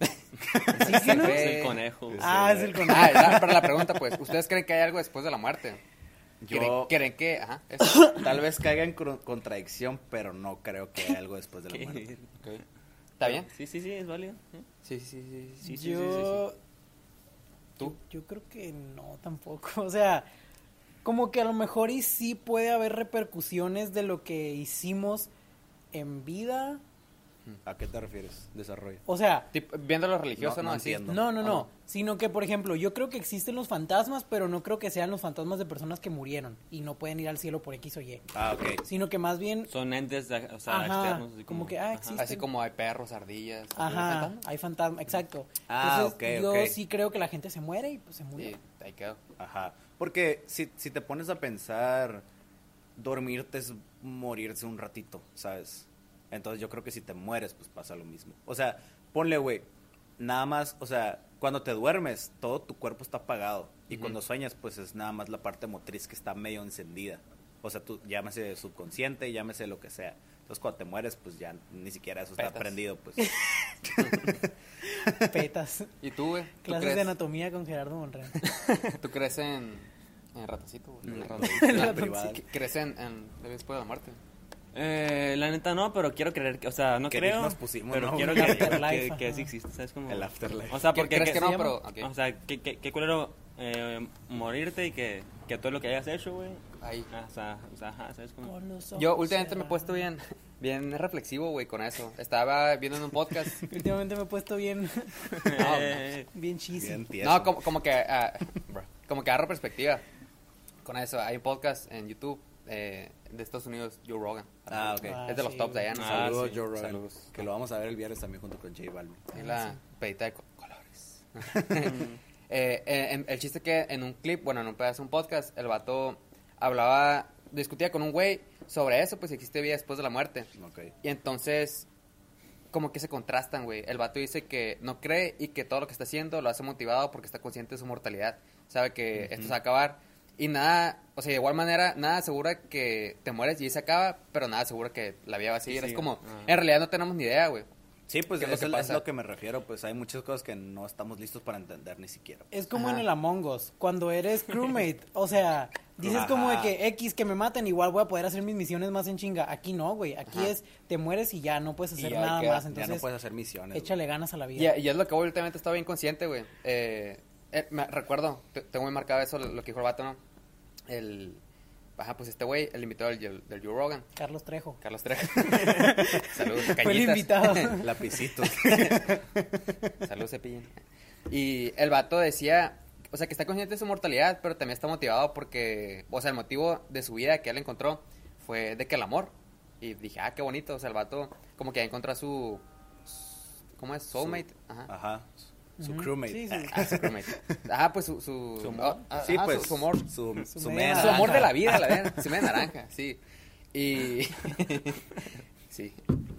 Speaker 3: Sí,
Speaker 1: Es
Speaker 3: ¿no?
Speaker 1: el conejo. güey.
Speaker 4: ah, es el con...
Speaker 3: Ah, era para la pregunta, pues. ¿Ustedes creen que hay algo después de la muerte? ¿Creen,
Speaker 2: Yo
Speaker 3: creen que.? Ajá. eso.
Speaker 2: tal vez caiga en cro- contradicción, pero no creo que haya algo después de la
Speaker 1: ¿Qué?
Speaker 2: muerte.
Speaker 3: Ok. ¿Está bien?
Speaker 1: Sí, sí, sí, es válido. ¿eh?
Speaker 3: Sí, sí, sí. sí.
Speaker 1: Sí, sí, sí, sí,
Speaker 4: yo...
Speaker 3: ¿Tú?
Speaker 4: Yo creo que no, tampoco. O sea, como que a lo mejor y sí puede haber repercusiones de lo que hicimos en vida.
Speaker 2: ¿A qué te refieres? Desarrollo.
Speaker 4: O sea,
Speaker 3: Tipo, viendo lo
Speaker 2: No,
Speaker 3: religioso, ¿no?
Speaker 2: no
Speaker 3: Así.
Speaker 2: entiendo.
Speaker 4: no, no,
Speaker 3: Ah,
Speaker 4: no. Sino que, por ejemplo, yo creo que existen los fantasmas, pero no creo que sean los fantasmas de personas que murieron y no pueden ir al cielo por X o Y.
Speaker 2: Ah, ok.
Speaker 4: Sino que más bien...
Speaker 1: Son entes, o sea,
Speaker 4: Ajá,
Speaker 1: externos. Así
Speaker 4: como que, ah, existe.
Speaker 3: Así como hay perros, ardillas.
Speaker 4: Ajá,
Speaker 3: fantasmas.
Speaker 4: hay fantasma, exacto.
Speaker 2: Ah,
Speaker 4: Entonces,
Speaker 2: ok,
Speaker 4: yo
Speaker 2: ok.
Speaker 4: sí creo que la gente se muere y pues se murió.
Speaker 3: Sí, ahí quedó.
Speaker 2: Ajá. Porque si, si te pones a pensar, dormirte es morirse un ratito, ¿sabes? Entonces yo creo que si te mueres, pues pasa lo mismo. O sea, ponle, güey, nada más, o sea, cuando te duermes, todo tu cuerpo está apagado. Y
Speaker 3: Ujú.
Speaker 2: cuando sueñas, pues es nada más la parte motriz que está medio encendida. O sea, tú llámese subconsciente, llámese lo que sea. Entonces cuando te mueres, pues ya ni siquiera eso está
Speaker 3: Petas.
Speaker 2: prendido, pues.
Speaker 4: Petas.
Speaker 3: ¿Y tú, güey? ¿Tú
Speaker 4: Clases de
Speaker 3: crees,
Speaker 4: anatomía con Gerardo Monreal.
Speaker 3: ¿Tú crees en. en ratoncito, güey?
Speaker 2: En
Speaker 3: En
Speaker 2: ratoncito.
Speaker 3: ratoncito.
Speaker 2: En la
Speaker 3: Ah,
Speaker 2: privada.
Speaker 3: ¿qué- ¿Crees en, en después de la muerte?
Speaker 1: Eh, la neta no, pero quiero creer que, o sea, no
Speaker 2: Que
Speaker 1: creo.
Speaker 2: nos pusimos,
Speaker 1: pero
Speaker 2: ¿no?
Speaker 1: quiero
Speaker 2: El
Speaker 1: que,
Speaker 4: afterlife,
Speaker 1: que, que
Speaker 4: ajá.
Speaker 1: sí existe, ¿sabes? Como,
Speaker 2: El afterlife.
Speaker 1: O sea,
Speaker 3: ¿Qué-
Speaker 1: porque.
Speaker 3: crees que no,
Speaker 1: se llama?
Speaker 3: pero- ok.
Speaker 1: O sea, qué, qué, qué culero eh, morirte y que, que todo lo que hayas hecho, güey.
Speaker 3: Ahí.
Speaker 1: ah, O sea, o sea, ajá, ¿sabes? Como,
Speaker 4: Con los
Speaker 3: Yo
Speaker 4: ojos
Speaker 3: últimamente me he puesto
Speaker 4: cerrados.
Speaker 3: bien, bien reflexivo, güey, con eso. Estaba viendo en un podcast.
Speaker 4: Últimamente me he puesto bien,
Speaker 1: Eh,
Speaker 4: bien cheesy.
Speaker 2: Bien tieso.
Speaker 3: No, como, como que ah, como que agarro perspectiva con eso. Hay un podcast en YouTube eh, de Estados Unidos, Joe Rogan.
Speaker 2: Ah, ok.
Speaker 4: Ah,
Speaker 3: es de los
Speaker 4: sí,
Speaker 3: tops de allá, ¿no?
Speaker 1: Ah,
Speaker 2: Saludos,
Speaker 1: sí.
Speaker 2: Joe Rogan.
Speaker 3: Saludos.
Speaker 2: Que lo vamos a ver el viernes también junto con J Balvin.
Speaker 3: Ahí la pedita de co- colores. Eh, eh, en- el chiste que en un clip, bueno, en un pedazo de un podcast, el vato hablaba, discutía con un güey sobre eso, pues si existe vida después de la muerte.
Speaker 2: Ok.
Speaker 3: Y entonces, como que se contrastan, güey. El vato dice que no cree y que todo lo que está haciendo lo hace motivado porque está consciente de su mortalidad. Sabe que esto se va a acabar. Y nada, o sea, de igual manera, nada asegura que te mueres y ahí se acaba, pero nada asegura que la vida va a seguir.
Speaker 1: sigue.
Speaker 3: es como,
Speaker 1: Ah.
Speaker 3: en realidad no tenemos ni idea, güey.
Speaker 2: Sí, pues
Speaker 3: ¿Qué es lo
Speaker 2: eso
Speaker 3: que
Speaker 2: es,
Speaker 3: pasa?
Speaker 2: lo que me refiero. Pues hay muchas cosas que no estamos listos para entender ni siquiera.
Speaker 4: Es como en
Speaker 3: Ajá.
Speaker 4: el Among Us, cuando eres crewmate, o sea, dices
Speaker 2: Ajá.
Speaker 4: como de que X que me maten, igual voy a poder hacer mis misiones más en chinga. Aquí no, güey, aquí
Speaker 3: Ajá.
Speaker 4: es te mueres y ya no puedes
Speaker 2: Y
Speaker 4: hacer
Speaker 2: ya
Speaker 4: nada
Speaker 2: queda-
Speaker 4: más,
Speaker 2: ya no
Speaker 4: entonces
Speaker 2: puedes hacer misiones. güey.
Speaker 4: échale ganas a la vida.
Speaker 3: Y, y es lo que voy, últimamente estaba bien consciente, güey. Eh, eh, me recuerdo, te- tengo muy marcado eso, lo, lo que dijo el vato, ¿no? El, ajá, pues este güey, el invitado del, del, del Joe Rogan,
Speaker 4: Carlos Trejo.
Speaker 3: Carlos Trejo. Saludos,
Speaker 4: Fue el
Speaker 3: cañitas.
Speaker 4: invitado.
Speaker 2: Lapicitos.
Speaker 3: Saludos, Cepillín. Y el vato decía, o sea, que está consciente de su mortalidad, pero también está motivado porque, o sea, el motivo de su vida que él encontró fue de que el amor. Y dije, ah, qué bonito, o sea, el vato como que encontró a su, ¿cómo es? Soulmate. Ajá.
Speaker 2: Ajá. Su crewmate.
Speaker 4: Sí, sí.
Speaker 3: Ah, su crewmate. Ajá, pues su... Su,
Speaker 2: amor.
Speaker 3: ah,
Speaker 2: Sí,
Speaker 3: ajá,
Speaker 2: pues,
Speaker 3: su- su amor.
Speaker 2: Su,
Speaker 4: Su
Speaker 2: su
Speaker 4: media
Speaker 2: media
Speaker 4: naranja.
Speaker 3: Su amor de la
Speaker 2: naranja.
Speaker 3: vida, la verdad. Su media naranja, sí. Y... sí.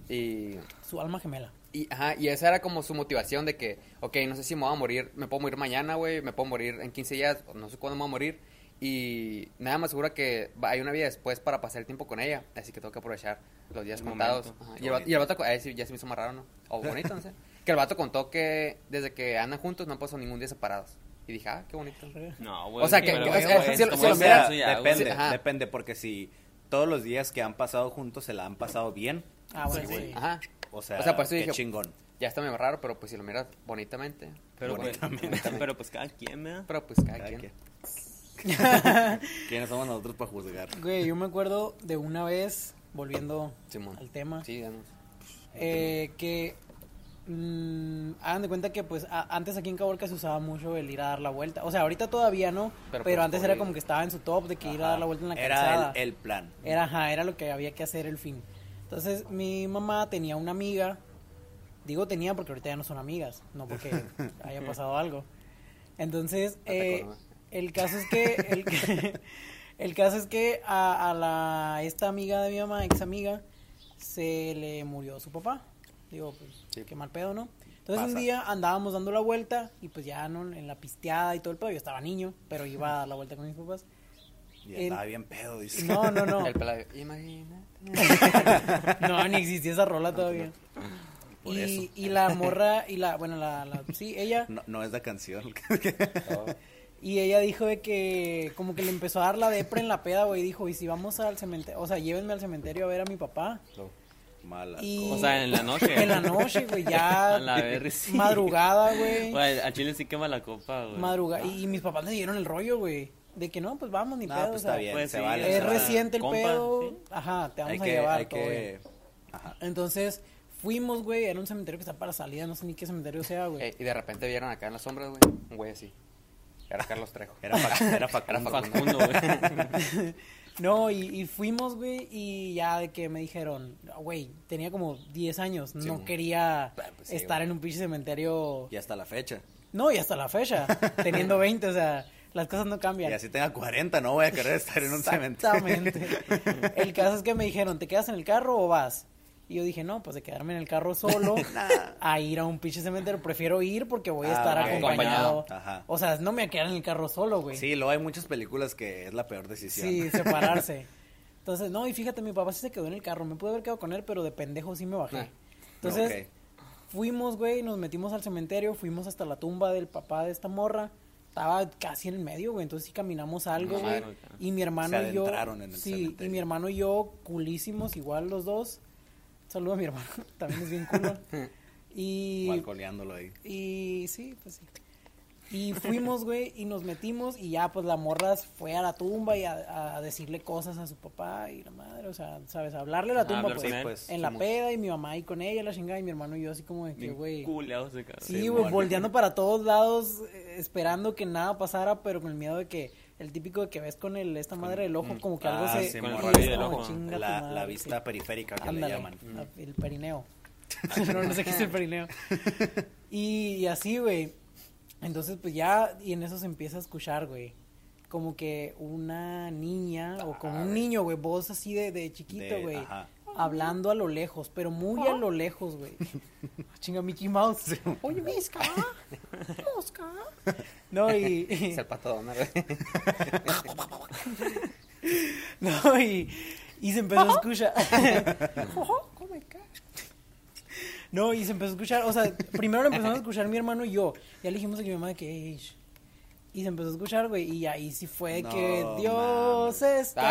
Speaker 3: Y...
Speaker 4: Su alma gemela.
Speaker 3: Y, ajá, y esa era como su motivación de que, ok, no sé si me voy a morir, me puedo morir mañana, güey, me puedo morir en 15 días, o no sé cuándo me voy a morir. Y nada más segura que va- hay una vida después para pasar el tiempo con ella, así que tengo que aprovechar los días
Speaker 1: El
Speaker 3: contados.
Speaker 1: momento.
Speaker 3: Ajá,
Speaker 2: Qué
Speaker 3: Y el, vato-
Speaker 2: bonito.
Speaker 3: y el vato, co- ahí sí ya se me hizo más raro, ¿no? O bonito, no sé. Que el vato contó que desde que andan juntos no han pasado ningún día separados. Y dije, ah, qué bonito.
Speaker 1: No, güey.
Speaker 3: O sea, que-
Speaker 1: pero,
Speaker 3: que-
Speaker 1: güey,
Speaker 3: o sea,
Speaker 1: güey,
Speaker 3: si-
Speaker 1: es como
Speaker 3: si lo
Speaker 1: un
Speaker 3: miras-
Speaker 1: pedazo ya, güey.
Speaker 2: depende,
Speaker 3: Sí, ajá.
Speaker 2: depende, porque si todos los días que han pasado juntos se la han pasado bien,
Speaker 4: Ah, bueno, sí.
Speaker 3: Ajá.
Speaker 2: o sea,
Speaker 3: O sea, por eso
Speaker 2: qué
Speaker 3: dije-
Speaker 2: chingón.
Speaker 3: Ya está medio raro, pero pues si lo miras bonitamente.
Speaker 1: Pero, pues,
Speaker 2: Bonitamente.
Speaker 1: pero pues cada quien, ¿verdad?
Speaker 3: Pero pues cada,
Speaker 2: Cada
Speaker 3: quien.
Speaker 2: quien. ¿Quiénes somos nosotros para juzgar?
Speaker 4: Güey, yo me acuerdo de una vez, volviendo
Speaker 3: Simón.
Speaker 4: al tema,
Speaker 3: Sí, ya no.
Speaker 4: eh, que mm, hagan de cuenta que pues a- antes aquí en Caborca se usaba mucho el ir a dar la vuelta. O sea, ahorita todavía no, pero,
Speaker 3: Pero por
Speaker 4: antes era
Speaker 3: COVID.
Speaker 4: como que estaba en su top de que ir a dar la vuelta en la
Speaker 2: Era
Speaker 4: calzada.
Speaker 2: el, el plan.
Speaker 4: Era, ajá, era lo que había que hacer el fin. Entonces, mi mamá tenía una amiga. Digo tenía porque ahorita ya no son amigas, no porque haya pasado algo. Entonces,
Speaker 3: te
Speaker 4: eh,
Speaker 3: acuerdas.
Speaker 4: el caso es que. El, que- el caso es que a, a la, esta amiga de mi mamá, ex amiga, se le murió su papá. Digo, pues,
Speaker 3: Sí.
Speaker 4: qué mal pedo, ¿no? Entonces, un
Speaker 2: Pasa.
Speaker 4: día andábamos dando la vuelta y pues ya ¿no? en la pisteada y todo el pedo. Yo estaba niño, pero iba a dar la vuelta con mis papás.
Speaker 2: Y
Speaker 4: el-
Speaker 2: estaba bien pedo, dice.
Speaker 4: No, no, no.
Speaker 3: El pelayo. Imagínate.
Speaker 4: No, ni existía esa rola todavía.
Speaker 2: Por
Speaker 4: y,
Speaker 2: eso.
Speaker 4: y la morra, y la, bueno, la, la- sí, ella,
Speaker 2: No, no es la canción.
Speaker 4: y ella dijo de que, como que le empezó a dar la depre en la peda, güey, dijo, y si vamos al cementerio, o sea, llévenme al cementerio a ver a mi papá,
Speaker 2: Mala.
Speaker 4: Y-
Speaker 2: cosa.
Speaker 1: O sea, en la noche.
Speaker 4: en la noche, güey,
Speaker 1: A
Speaker 4: ya,
Speaker 1: la verga, sí.
Speaker 4: madrugada, güey,
Speaker 1: Güey, a Chile sí quema la copa, güey.
Speaker 2: Ah,
Speaker 4: madrugada, y, y mis papás le dieron el rollo, güey, de que no, pues vamos, ni
Speaker 2: No,
Speaker 4: pedo,
Speaker 2: pues
Speaker 4: o
Speaker 2: está
Speaker 4: sea,
Speaker 2: bien,
Speaker 1: pues
Speaker 2: se
Speaker 1: sí,
Speaker 2: vale.
Speaker 4: es
Speaker 2: se vale.
Speaker 4: reciente el
Speaker 1: Compa,
Speaker 4: pedo,
Speaker 1: sí.
Speaker 4: ajá, te
Speaker 2: Hay
Speaker 4: vamos a
Speaker 2: que,
Speaker 4: llevar,
Speaker 2: hay
Speaker 4: todo bien.
Speaker 2: que...
Speaker 4: entonces, fuimos, güey, era un cementerio que está para salida, no sé ni qué cementerio sea, güey.
Speaker 3: Ey, Eh, y de repente vieron acá en las sombras, güey, un güey así. Era Carlos Trejo.
Speaker 2: Era, Fac- era
Speaker 1: Era
Speaker 2: Facundo.
Speaker 1: Facundo, güey.
Speaker 4: No, y, y fuimos, güey, y ya de que me dijeron, güey, tenía como 10 años, no
Speaker 3: güey.
Speaker 4: quería
Speaker 3: Ah, pues sí,
Speaker 4: estar
Speaker 3: güey.
Speaker 4: en un pinche cementerio.
Speaker 2: Y hasta la fecha.
Speaker 4: No, y hasta la fecha, teniendo 20, o sea, las cosas no cambian.
Speaker 2: Y así tenga 40, no voy a querer estar en un cementerio.
Speaker 4: Exactamente. El caso es que me dijeron, ¿te quedas en el carro o vas? Y yo dije, no, pues de quedarme en el carro solo a ir a un pinche cementerio. Prefiero ir porque voy a
Speaker 2: Ah,
Speaker 4: estar
Speaker 2: ok.
Speaker 4: acompañado.
Speaker 2: Acompañado. Ajá.
Speaker 4: O sea, no me voy a quedar en el carro solo, güey.
Speaker 2: Sí, luego hay muchas películas que es la peor decisión.
Speaker 4: Sí, separarse. Entonces, no, y fíjate, mi papá sí se quedó en el carro. Me pude haber quedado con él, pero de pendejo sí me bajé.
Speaker 3: Ah.
Speaker 4: Entonces,
Speaker 2: Ok.
Speaker 4: fuimos, güey, nos metimos al cementerio, fuimos hasta la tumba del papá de esta morra. Estaba casi en el medio, güey, entonces sí caminamos algo,
Speaker 3: No
Speaker 4: güey.
Speaker 3: mames.
Speaker 4: Y mi hermano
Speaker 2: Se
Speaker 4: y yo.
Speaker 2: adentraron en el
Speaker 4: sí, y
Speaker 2: cementerio.
Speaker 4: mi hermano y yo, culísimos, igual los dos. Saludo a mi hermano, también es bien culo. Y
Speaker 2: Balconeándolo ahí.
Speaker 4: y sí, pues sí. Y fuimos, güey, y nos metimos y ya, pues la morra fue a la tumba y a, a decirle cosas a su papá y la madre, o sea, ¿sabes? Hablarle a la
Speaker 1: Ah,
Speaker 4: tumba,
Speaker 1: hablar
Speaker 4: pues.
Speaker 1: con él.
Speaker 2: pues,
Speaker 4: en la
Speaker 3: como-
Speaker 4: peda y mi mamá ahí con ella, la chingada, y mi hermano y yo así como de que,
Speaker 1: Bien
Speaker 4: güey.
Speaker 1: culeado ese cabrón.
Speaker 4: Sí,
Speaker 2: Sí,
Speaker 4: güey,
Speaker 2: mon.
Speaker 4: volteando para todos lados, eh, esperando que nada pasara, pero con el miedo de que el típico de que ves con el esta madre del ojo, como que algo
Speaker 2: Ah,
Speaker 4: se...
Speaker 2: sí,
Speaker 1: con el
Speaker 4: y
Speaker 1: rabillo
Speaker 4: es
Speaker 1: del
Speaker 4: como,
Speaker 1: ojo.
Speaker 4: "Chinga tu
Speaker 2: La,
Speaker 4: madre",
Speaker 2: la
Speaker 4: sí.
Speaker 2: vista periférica que
Speaker 4: Ándale, Mm,
Speaker 2: le llaman.
Speaker 4: la- el perineo. no, no sé qué es el perineo. Y, y así, güey. Entonces, pues ya, y en eso se empieza a escuchar, güey. Como que una niña, o como un niño, güey, voz así de, de chiquito,
Speaker 2: Ah, De-
Speaker 4: güey.
Speaker 2: ajá.
Speaker 4: Hablando a lo lejos, pero muy a lo lejos, güey. Chinga Mickey Mouse. Oye, Misca. Mosca. No, y.
Speaker 3: Es el pato Donald, güey.
Speaker 4: No, y, y se empezó a escuchar. No, y se empezó a escuchar, o sea, primero lo empezamos a escuchar mi hermano y yo. Ya le dijimos a mi mamá de que, "Ey, sh". y se empezó a escuchar, güey, y ahí sí fue
Speaker 2: No
Speaker 4: que Dios está.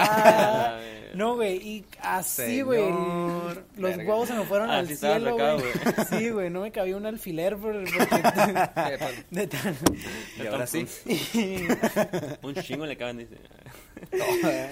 Speaker 1: Ah, la
Speaker 4: no, güey, y así, güey, el-
Speaker 2: Señor.
Speaker 4: los
Speaker 3: Verga.
Speaker 4: huevos se me fueron
Speaker 1: Así
Speaker 4: al
Speaker 1: estaba
Speaker 4: cielo,
Speaker 1: sacado,
Speaker 4: güey. Sí, güey, no me cabía un alfiler por, porque- de tan-
Speaker 2: Y ahora sí.
Speaker 1: Un chingo le caben, dice.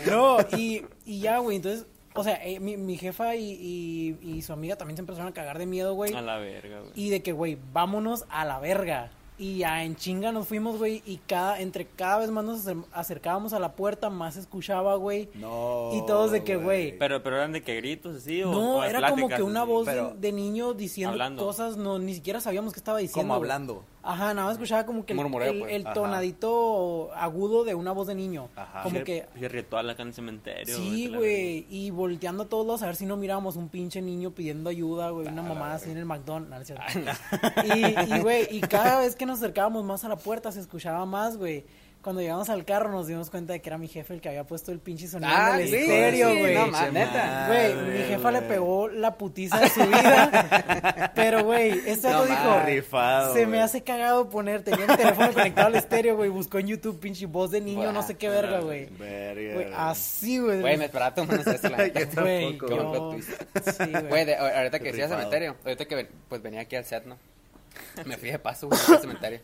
Speaker 4: No, y, y ya, güey, entonces, o sea, eh, mi, mi jefa y, y, y su amiga también se empezaron a cagar de miedo, güey.
Speaker 1: A la verga, güey.
Speaker 4: Y de que, güey, vámonos a la verga. Y ya en chinga nos fuimos, güey, y cada, entre cada vez más nos acer- acercábamos a la puerta, más se escuchaba, güey.
Speaker 2: No.
Speaker 4: Y todos de que, güey.
Speaker 1: Pero, pero eran de que gritos así o.
Speaker 4: No,
Speaker 1: o
Speaker 4: era como
Speaker 1: pláticas
Speaker 4: que una
Speaker 1: así?
Speaker 4: voz
Speaker 2: Pero-
Speaker 4: de, de niño diciendo
Speaker 1: Hablando.
Speaker 4: cosas, no, ni siquiera sabíamos qué estaba diciendo.
Speaker 2: Como
Speaker 4: güey.
Speaker 2: hablando.
Speaker 4: Ajá, nada más escuchaba como que el,
Speaker 3: Murmureo,
Speaker 4: el-
Speaker 3: pues.
Speaker 4: el
Speaker 2: Ajá.
Speaker 4: tonadito agudo de una voz de niño.
Speaker 2: Ajá.
Speaker 4: Como
Speaker 1: Ese-
Speaker 4: que,
Speaker 1: ese ritual acá en el cementerio.
Speaker 4: sí,
Speaker 1: que la
Speaker 4: güey. Y volteando a todos lados a ver si no mirábamos un pinche niño pidiendo ayuda, güey. Una
Speaker 2: Ah, la
Speaker 4: mamá así en
Speaker 2: verga.
Speaker 4: el McDonald's. ¿no es cierto? Y, y, güey, y cada vez que nos acercábamos más a la puerta se escuchaba más, güey. Cuando llegamos al carro nos dimos cuenta de que era mi jefe el que había puesto el pinche sonido en el
Speaker 2: Ah, sí,
Speaker 4: estéreo,
Speaker 2: sí,
Speaker 4: güey.
Speaker 3: No, ma-
Speaker 2: Che,
Speaker 3: neta.
Speaker 2: madre,
Speaker 4: Güey, mi jefa le
Speaker 2: güey.
Speaker 4: pegó la putiza de su vida. pero, güey, este
Speaker 3: No
Speaker 4: vato
Speaker 3: mames,
Speaker 4: dijo:
Speaker 2: rifado,
Speaker 4: Se me
Speaker 2: güey.
Speaker 4: hace cagado poner. Tenía el teléfono conectado al estéreo, güey. Buscó en YouTube pinche voz de niño, no sé qué verga, güey.
Speaker 2: Verga,
Speaker 4: Güey,
Speaker 2: güey.
Speaker 4: así, güey.
Speaker 3: Güey, me esperaba tu mano la neta.
Speaker 2: Yo
Speaker 4: Güey,
Speaker 2: tampoco,
Speaker 3: Qué buen
Speaker 4: yo-
Speaker 3: plot twist.
Speaker 4: Sí,
Speaker 3: Güey,
Speaker 4: güey.
Speaker 3: de- ahorita que decía
Speaker 2: Rifado.
Speaker 3: cementerio, ahorita que ven- pues venía aquí al set, ¿no? Me fui de paso, güey, al cementerio.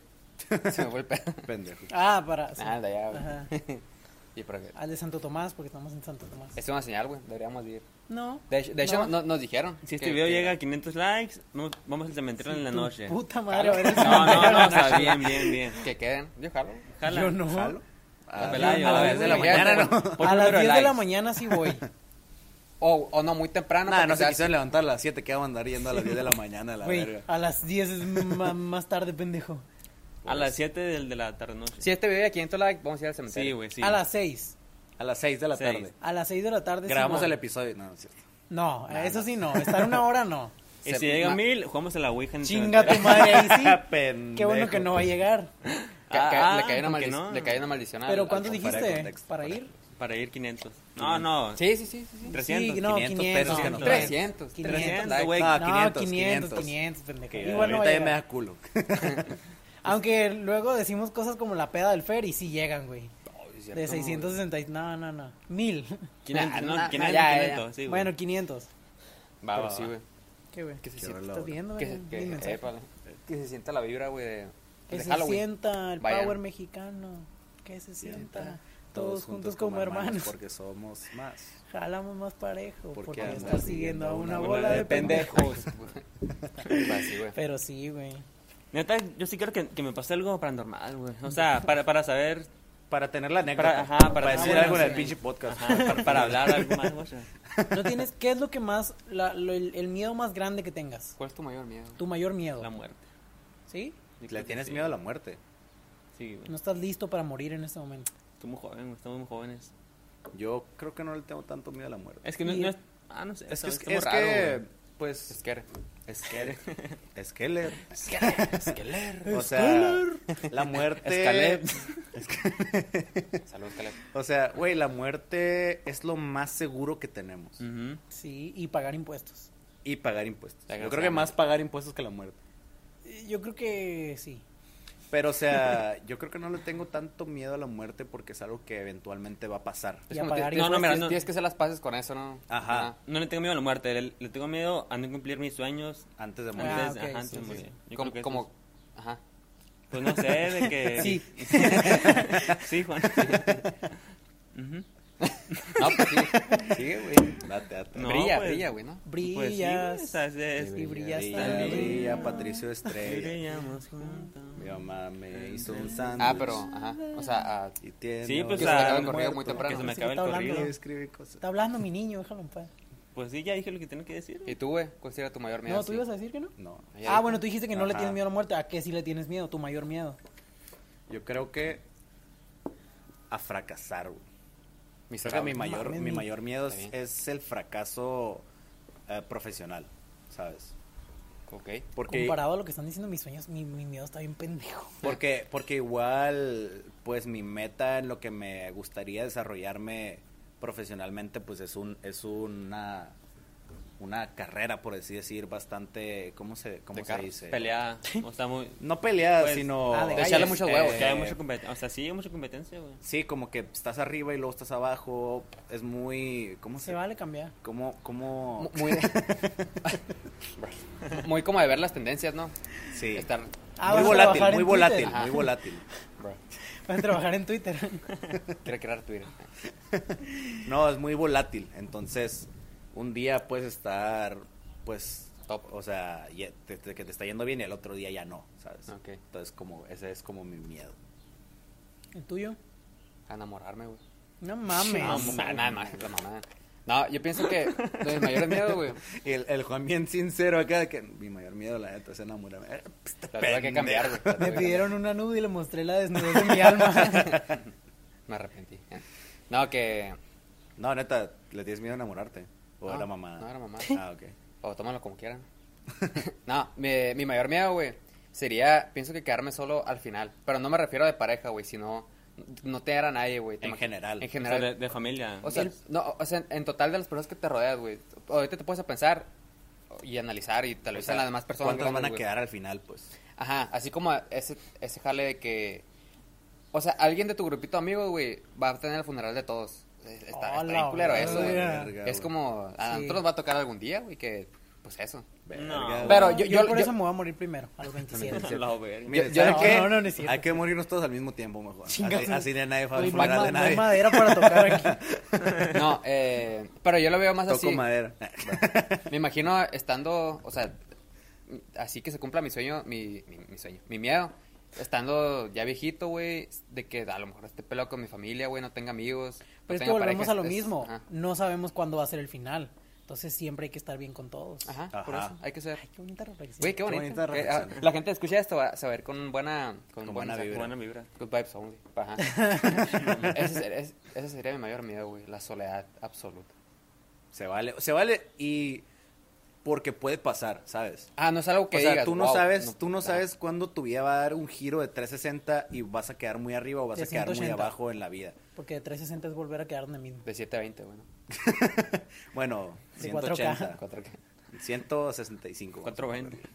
Speaker 3: Se me fue el pedo.
Speaker 2: Pendejo.
Speaker 4: Ah, para. sí.
Speaker 3: Nada, ya,
Speaker 4: Ajá.
Speaker 3: güey. Y por qué?
Speaker 4: Al de Santo Tomás, porque estamos en Santo Tomás.
Speaker 3: Es una señal, güey, deberíamos ir.
Speaker 4: No.
Speaker 3: De hecho, de hecho,
Speaker 4: No.
Speaker 3: no- nos dijeron.
Speaker 1: verga. Si este
Speaker 3: que-
Speaker 1: video
Speaker 3: que-
Speaker 1: llega a 500 likes, no- vamos al cementerio en la
Speaker 4: Tu
Speaker 1: noche.
Speaker 4: Puta madre, a ver.
Speaker 1: No, no, no, o sea, bien, bien, bien.
Speaker 3: Que queden. Yo jalo.
Speaker 1: Jala.
Speaker 4: Yo no.
Speaker 2: Ah,
Speaker 1: Pelayo,
Speaker 2: a
Speaker 1: a
Speaker 2: las
Speaker 1: ver,
Speaker 2: 10 de la
Speaker 1: güey.
Speaker 2: mañana, ¿no?
Speaker 3: Pon
Speaker 4: A
Speaker 3: un
Speaker 4: las
Speaker 3: número
Speaker 4: 10 de la
Speaker 3: likes.
Speaker 4: mañana sí voy.
Speaker 3: O, o no, muy temprano.
Speaker 2: Nah,
Speaker 3: porque
Speaker 2: no se
Speaker 3: sea-
Speaker 2: quisieron levantar a las 7, que van a andar yendo a las 10 de la mañana, la
Speaker 4: Güey,
Speaker 2: verga.
Speaker 4: a las 10 es ma- más tarde, pendejo.
Speaker 1: A las 7 del de la tarde noche.
Speaker 3: Si este video llega a 500 likes, vamos a ir
Speaker 1: Pues.
Speaker 3: al
Speaker 1: Sí,
Speaker 3: cementerio.
Speaker 1: güey, sí.
Speaker 4: A las 6.
Speaker 2: A las 6 de la
Speaker 1: Seis.
Speaker 2: tarde.
Speaker 4: A las 6 de la tarde. Pues sí
Speaker 2: Grabamos
Speaker 4: voy.
Speaker 2: el episodio. No, no es cierto.
Speaker 4: No, eso sí no. Estar una hora no.
Speaker 1: Y
Speaker 3: Se-
Speaker 1: si llega
Speaker 3: ma-
Speaker 1: a 1000, jugamos a la Ouija en el
Speaker 4: Chinga tu
Speaker 1: cementerio.
Speaker 4: madre ahí sí.
Speaker 2: Pendejo.
Speaker 4: Qué bueno que no va a llegar.
Speaker 3: Ca- ca-
Speaker 1: Ah,
Speaker 3: le, cae una
Speaker 1: ¿por qué
Speaker 3: maldi-
Speaker 1: no?
Speaker 3: le cae una maldición. al-
Speaker 4: Pero
Speaker 3: al-
Speaker 4: ¿cuánto
Speaker 2: fuera de
Speaker 4: dijiste
Speaker 2: contexto,
Speaker 4: para
Speaker 2: fuera
Speaker 4: ir?
Speaker 1: Para ir 500. No, no.
Speaker 3: Sí, sí, sí. sí, sí.
Speaker 1: 300.
Speaker 4: Sí, no,
Speaker 2: 500
Speaker 4: 500,
Speaker 2: pesos que nos
Speaker 3: 300.
Speaker 4: 500,
Speaker 3: 300,
Speaker 1: güey.
Speaker 2: No,
Speaker 4: No,
Speaker 2: 500,
Speaker 4: 500,
Speaker 2: 500.
Speaker 4: 500, pendejo.
Speaker 2: Que
Speaker 4: Y
Speaker 2: a mí
Speaker 4: bueno, va a
Speaker 2: también me
Speaker 4: llegar.
Speaker 2: da culo.
Speaker 4: Aunque luego decimos cosas como la peda del fer y sí llegan, güey.
Speaker 3: Ay, es cierto,
Speaker 4: De 660, y- no, no, no. 1000.
Speaker 1: 500,
Speaker 3: Nah, nah,
Speaker 1: no,
Speaker 3: ya, ya,
Speaker 1: 500, 500, sí, güey.
Speaker 4: bueno, 500.
Speaker 3: güey. Va, va,
Speaker 2: Pero
Speaker 3: sí,
Speaker 2: va.
Speaker 3: güey.
Speaker 4: ¿Qué, güey?
Speaker 3: Que se
Speaker 2: Qué
Speaker 3: sienta-
Speaker 2: reloj.
Speaker 4: ¿Estás viendo,
Speaker 3: Que
Speaker 4: güey?
Speaker 3: se, que,
Speaker 4: Mi mensaje.
Speaker 3: épale, que se sienta la vibra, güey, de,
Speaker 4: Que
Speaker 3: de
Speaker 4: se
Speaker 3: Halloween.
Speaker 4: sienta el
Speaker 3: Vayan.
Speaker 4: power mexicano. Que se sienta. Todos juntos como, hermanos.
Speaker 2: Porque somos más.
Speaker 4: Jalamos más parejo.
Speaker 2: Porque
Speaker 4: Porque,
Speaker 2: andas
Speaker 4: estás siguiendo a una bola, de pendejo.
Speaker 3: Pendejos. Va, sí, güey.
Speaker 4: Pero sí, güey.
Speaker 1: Neta, yo sí quiero que, que me pase algo paranormal, güey. O sea, para, para saber,
Speaker 2: Para tener la anécdota.
Speaker 1: Para- ajá,
Speaker 2: para,
Speaker 1: para-
Speaker 2: decir
Speaker 1: ah,
Speaker 2: algo en
Speaker 1: bueno,
Speaker 2: el
Speaker 1: sí.
Speaker 2: pinche podcast.
Speaker 1: ajá, para, para hablar algo más, güey.
Speaker 4: No tienes, ¿Qué es lo que más, la- lo- el, el miedo más grande que tengas?
Speaker 3: ¿Cuál es tu mayor miedo?
Speaker 4: Tu mayor miedo.
Speaker 1: La muerte.
Speaker 4: ¿Sí?
Speaker 1: Yo creo
Speaker 2: Le
Speaker 1: que
Speaker 2: tienes
Speaker 1: sí.
Speaker 2: miedo a la muerte.
Speaker 1: Sí, güey.
Speaker 4: No estás listo para morir en este momento.
Speaker 1: Estoy muy joven, güey. Estamos muy jóvenes.
Speaker 2: Yo creo que no le tengo tanto miedo a la muerte.
Speaker 1: Es que no,
Speaker 4: Y-
Speaker 1: no es... Ah, no sé.
Speaker 2: Es que,
Speaker 1: ¿sabes?
Speaker 2: es,
Speaker 1: Está muy
Speaker 2: es
Speaker 1: raro,
Speaker 2: que,
Speaker 1: güey.
Speaker 2: pues,
Speaker 3: Es que
Speaker 2: Esqueler. Esqueler. O sea,
Speaker 4: Esqueler.
Speaker 2: la muerte.
Speaker 3: Escaler. Saludos, Caleb.
Speaker 2: O sea, güey, la muerte es lo más seguro que tenemos.
Speaker 1: Ujú.
Speaker 4: Sí, y pagar impuestos.
Speaker 2: Y pagar impuestos.
Speaker 3: La
Speaker 2: Yo creo
Speaker 3: gran
Speaker 2: que
Speaker 3: fama.
Speaker 2: más pagar impuestos que la muerte.
Speaker 4: Eh, Yo creo que sí.
Speaker 1: pues
Speaker 2: Pero, o sea, yo creo que no le tengo tanto miedo a la muerte porque es algo que eventualmente va a pasar.
Speaker 4: Y
Speaker 3: Es como
Speaker 4: apagar
Speaker 3: ti-
Speaker 1: No, no,
Speaker 3: tienes-
Speaker 1: mira, no.
Speaker 3: Tienes que hacer las paces con eso, ¿no?
Speaker 2: Ajá.
Speaker 1: No le tengo miedo a la muerte. Le, le tengo miedo a no cumplir mis sueños.
Speaker 2: Antes de morir.
Speaker 4: Ah,
Speaker 1: Antes,
Speaker 4: ok,
Speaker 1: ajá, antes
Speaker 4: sí,
Speaker 1: de
Speaker 4: sí,
Speaker 1: morir.
Speaker 4: sí.
Speaker 1: Yo creo
Speaker 3: Como,
Speaker 1: que
Speaker 3: como-
Speaker 1: eso
Speaker 3: ajá.
Speaker 1: es- Pues no sé, de que...
Speaker 4: Sí.
Speaker 1: Sí, Juan. Ujú.
Speaker 3: No, pues sí.
Speaker 2: Sí, güey. Date, date.
Speaker 1: No,
Speaker 3: brilla,
Speaker 1: pues.
Speaker 3: brilla, güey, ¿no?
Speaker 1: Pues sí, güey,
Speaker 4: Brillas.
Speaker 1: o sea, es- es-
Speaker 4: Y brillas
Speaker 2: Brilla,
Speaker 4: también.
Speaker 2: brilla, Patricio Estrella.
Speaker 1: Brillamos juntos.
Speaker 2: Mi mamá me hizo un sándwich.
Speaker 3: Ah, pero, ajá. O sea, ah,
Speaker 2: Y tiene
Speaker 1: Sí, pues,
Speaker 3: que se
Speaker 1: o sea,
Speaker 3: me acaba el
Speaker 1: muerto,
Speaker 3: correo muy temprano.
Speaker 1: que se me
Speaker 4: Sí,
Speaker 1: acabe el
Speaker 4: está hablando.
Speaker 1: corrido.
Speaker 2: Yo escribí cosas.
Speaker 4: Está hablando mi niño, déjalo en paz.
Speaker 1: Pues sí, ya dije lo que tenía que decir.
Speaker 3: ¿Y tú, güey? ¿Cuál sería tu mayor miedo?
Speaker 4: No, tú
Speaker 3: Sí.
Speaker 4: ibas a decir que no.
Speaker 2: No.
Speaker 3: Ya
Speaker 4: Ah,
Speaker 3: dijo.
Speaker 4: bueno, tú dijiste que no le
Speaker 2: Ajá.
Speaker 4: tienes miedo a la muerte. ¿A qué sí le tienes miedo? Tu mayor miedo.
Speaker 2: Yo creo que a fracasar, güey.
Speaker 3: Mis
Speaker 2: Creo que mi
Speaker 3: traumas.
Speaker 2: mayor,
Speaker 4: Mames,
Speaker 2: mi
Speaker 4: mi-
Speaker 2: mayor miedo es,
Speaker 3: Está bien.
Speaker 2: es el fracaso eh, profesional, ¿sabes?
Speaker 3: Ok.
Speaker 2: Porque,
Speaker 4: Comparado a lo que están diciendo mis sueños, mi, mi miedo está bien pendejo.
Speaker 2: porque, porque igual, pues mi meta en lo que me gustaría desarrollarme profesionalmente, pues es un, es una una carrera, por así decir, bastante, ¿cómo se, cómo
Speaker 3: De
Speaker 2: se
Speaker 3: carros.
Speaker 2: dice?
Speaker 1: Peleada. O sea, muy...
Speaker 2: No peleada,
Speaker 1: Pues,
Speaker 2: sino...
Speaker 4: ah, de
Speaker 2: eh,
Speaker 3: echarle muchos huevos,
Speaker 1: Que hay mucha competencia. O sea, sí hay mucha competencia, güey.
Speaker 2: Sí, como que estás arriba y luego estás abajo, es muy, ¿cómo se,
Speaker 4: Se vale cambiar.
Speaker 2: ¿Cómo, cómo?
Speaker 3: Mu- Muy, muy como de ver las tendencias, ¿no?
Speaker 2: Sí.
Speaker 3: Estar.
Speaker 4: Ah,
Speaker 2: muy
Speaker 4: vas a
Speaker 2: volátil,
Speaker 4: trabajar
Speaker 2: muy
Speaker 4: en
Speaker 2: volátil,
Speaker 4: Twitter.
Speaker 3: Ajá.
Speaker 2: muy volátil.
Speaker 4: Van a trabajar en Twitter.
Speaker 3: Quiero crear Twitter.
Speaker 2: No, es muy volátil. Entonces, un día puedes estar, pues,
Speaker 3: Top.
Speaker 2: o sea, ya- te- te- que te está yendo bien y el otro día ya no, ¿sabes?
Speaker 3: Ok.
Speaker 2: Entonces, como, ese es como mi miedo.
Speaker 4: ¿El tuyo?
Speaker 3: A enamorarme, güey.
Speaker 4: No mames.
Speaker 3: No, nada más, la mamá. No, yo pienso que lo de mayor miedo, güey.
Speaker 2: Y el, el Juan bien sincero acá, que mi mayor miedo, la neta, es enamorarme. Eh, pues, este
Speaker 3: La tuve que cambiar, güey.
Speaker 2: pendejo.
Speaker 3: la tuve
Speaker 4: Me
Speaker 3: que cambiar.
Speaker 4: pidieron una nude y le mostré la desnudez de mi alma.
Speaker 3: Me arrepentí. No, que.
Speaker 2: No, neta, le tienes miedo a enamorarte. O a
Speaker 3: No,
Speaker 2: la mamá.
Speaker 3: no, era mamá.
Speaker 2: Ah, ok.
Speaker 3: O tómalo como quieran. no, mi, mi mayor miedo, güey, sería, pienso que quedarme solo al final. Pero no me refiero de pareja, güey, sino no tener a nadie, güey. Te
Speaker 2: En
Speaker 3: imagi-
Speaker 2: general.
Speaker 3: En
Speaker 2: O sea,
Speaker 1: O sea,
Speaker 3: general.
Speaker 1: de, de familia.
Speaker 3: O sea, no, o sea, en total de las personas que te rodeas, güey. Ahorita te puedes a pensar y analizar y tal vez a las demás personas.
Speaker 2: ¿Cuántas van a
Speaker 3: grandes, güey.
Speaker 2: quedar al final, pues?
Speaker 3: Ajá, así como ese, ese jale de que... O sea, alguien de tu grupito de amigos, güey, va a tener el funeral de todos. Eh, Está, está
Speaker 4: Hola,
Speaker 3: bien culero eso, güey.
Speaker 4: verga.
Speaker 2: Verga,
Speaker 3: Es
Speaker 2: güey.
Speaker 3: como... A
Speaker 4: Sí.
Speaker 3: nosotros nos va a tocar algún día, güey, que... Pues eso.
Speaker 1: No.
Speaker 2: güey.
Speaker 3: Pero
Speaker 4: No,
Speaker 3: yo-
Speaker 4: por
Speaker 3: yo-
Speaker 4: eso me voy a morir primero, a los 27.
Speaker 1: La verga.
Speaker 2: Mira,
Speaker 3: yo-
Speaker 2: ¿sabes
Speaker 4: no,
Speaker 2: qué?
Speaker 4: no, no, no es cierto.
Speaker 2: Hay que morirnos todos al mismo tiempo, mejor. Así,
Speaker 4: Chingazo.
Speaker 2: así de nadie fue
Speaker 4: Oye,
Speaker 2: al
Speaker 4: no hay
Speaker 2: funeral
Speaker 4: ma-
Speaker 2: de
Speaker 4: no hay
Speaker 2: nadie.
Speaker 4: madera para tocar
Speaker 3: Pues
Speaker 4: aquí.
Speaker 3: No, eh, pero yo lo veo más
Speaker 2: Toco
Speaker 3: así.
Speaker 2: madera.
Speaker 3: Me imagino estando, o sea, así que se cumpla mi sueño, mi, mi, mi sueño, mi miedo. Estando ya viejito, güey, de que a lo mejor esté pelado con mi familia, güey, no tenga amigos. no
Speaker 4: Pero Pues es que
Speaker 3: tenga
Speaker 4: volvemos
Speaker 3: pareja,
Speaker 4: a lo
Speaker 3: es- es-
Speaker 4: mismo.
Speaker 3: Ajá,
Speaker 4: No sabemos cuándo va a ser el final. Entonces siempre hay que estar bien con todos.
Speaker 3: Ajá, por
Speaker 2: Ajá.
Speaker 3: eso, hay que ser.
Speaker 4: Ay, qué bonita reflexión.
Speaker 3: Güey, qué
Speaker 2: Qué
Speaker 3: bonito.
Speaker 2: bonita
Speaker 3: Que, ah,
Speaker 2: reflexión.
Speaker 3: la gente escucha esto, va a saber con buena, con
Speaker 2: Con
Speaker 3: buena
Speaker 2: buena vibra.
Speaker 1: Buena vibra.
Speaker 3: Good vibes only. Ajá. ese, ser- es- ese sería mi mayor miedo, güey, la soledad absoluta.
Speaker 2: Se vale, se vale y porque puede pasar, ¿sabes?
Speaker 3: Ah, no es algo que
Speaker 2: o sea,
Speaker 3: digas,
Speaker 2: tú no
Speaker 3: "Wow,
Speaker 2: sabes, tú no
Speaker 3: ajá".
Speaker 2: sabes cuándo tu vida va a dar un giro de 360 y vas a quedar muy arriba o vas
Speaker 4: De
Speaker 2: a quedar
Speaker 4: 180.
Speaker 2: muy abajo en la vida.
Speaker 4: Porque de 360 es volver a quedar donde mismo.
Speaker 3: De 7 a 20, bueno.
Speaker 2: Bueno,
Speaker 4: De
Speaker 2: 180,
Speaker 4: 4K.
Speaker 3: 4K.
Speaker 2: 165.
Speaker 1: 420.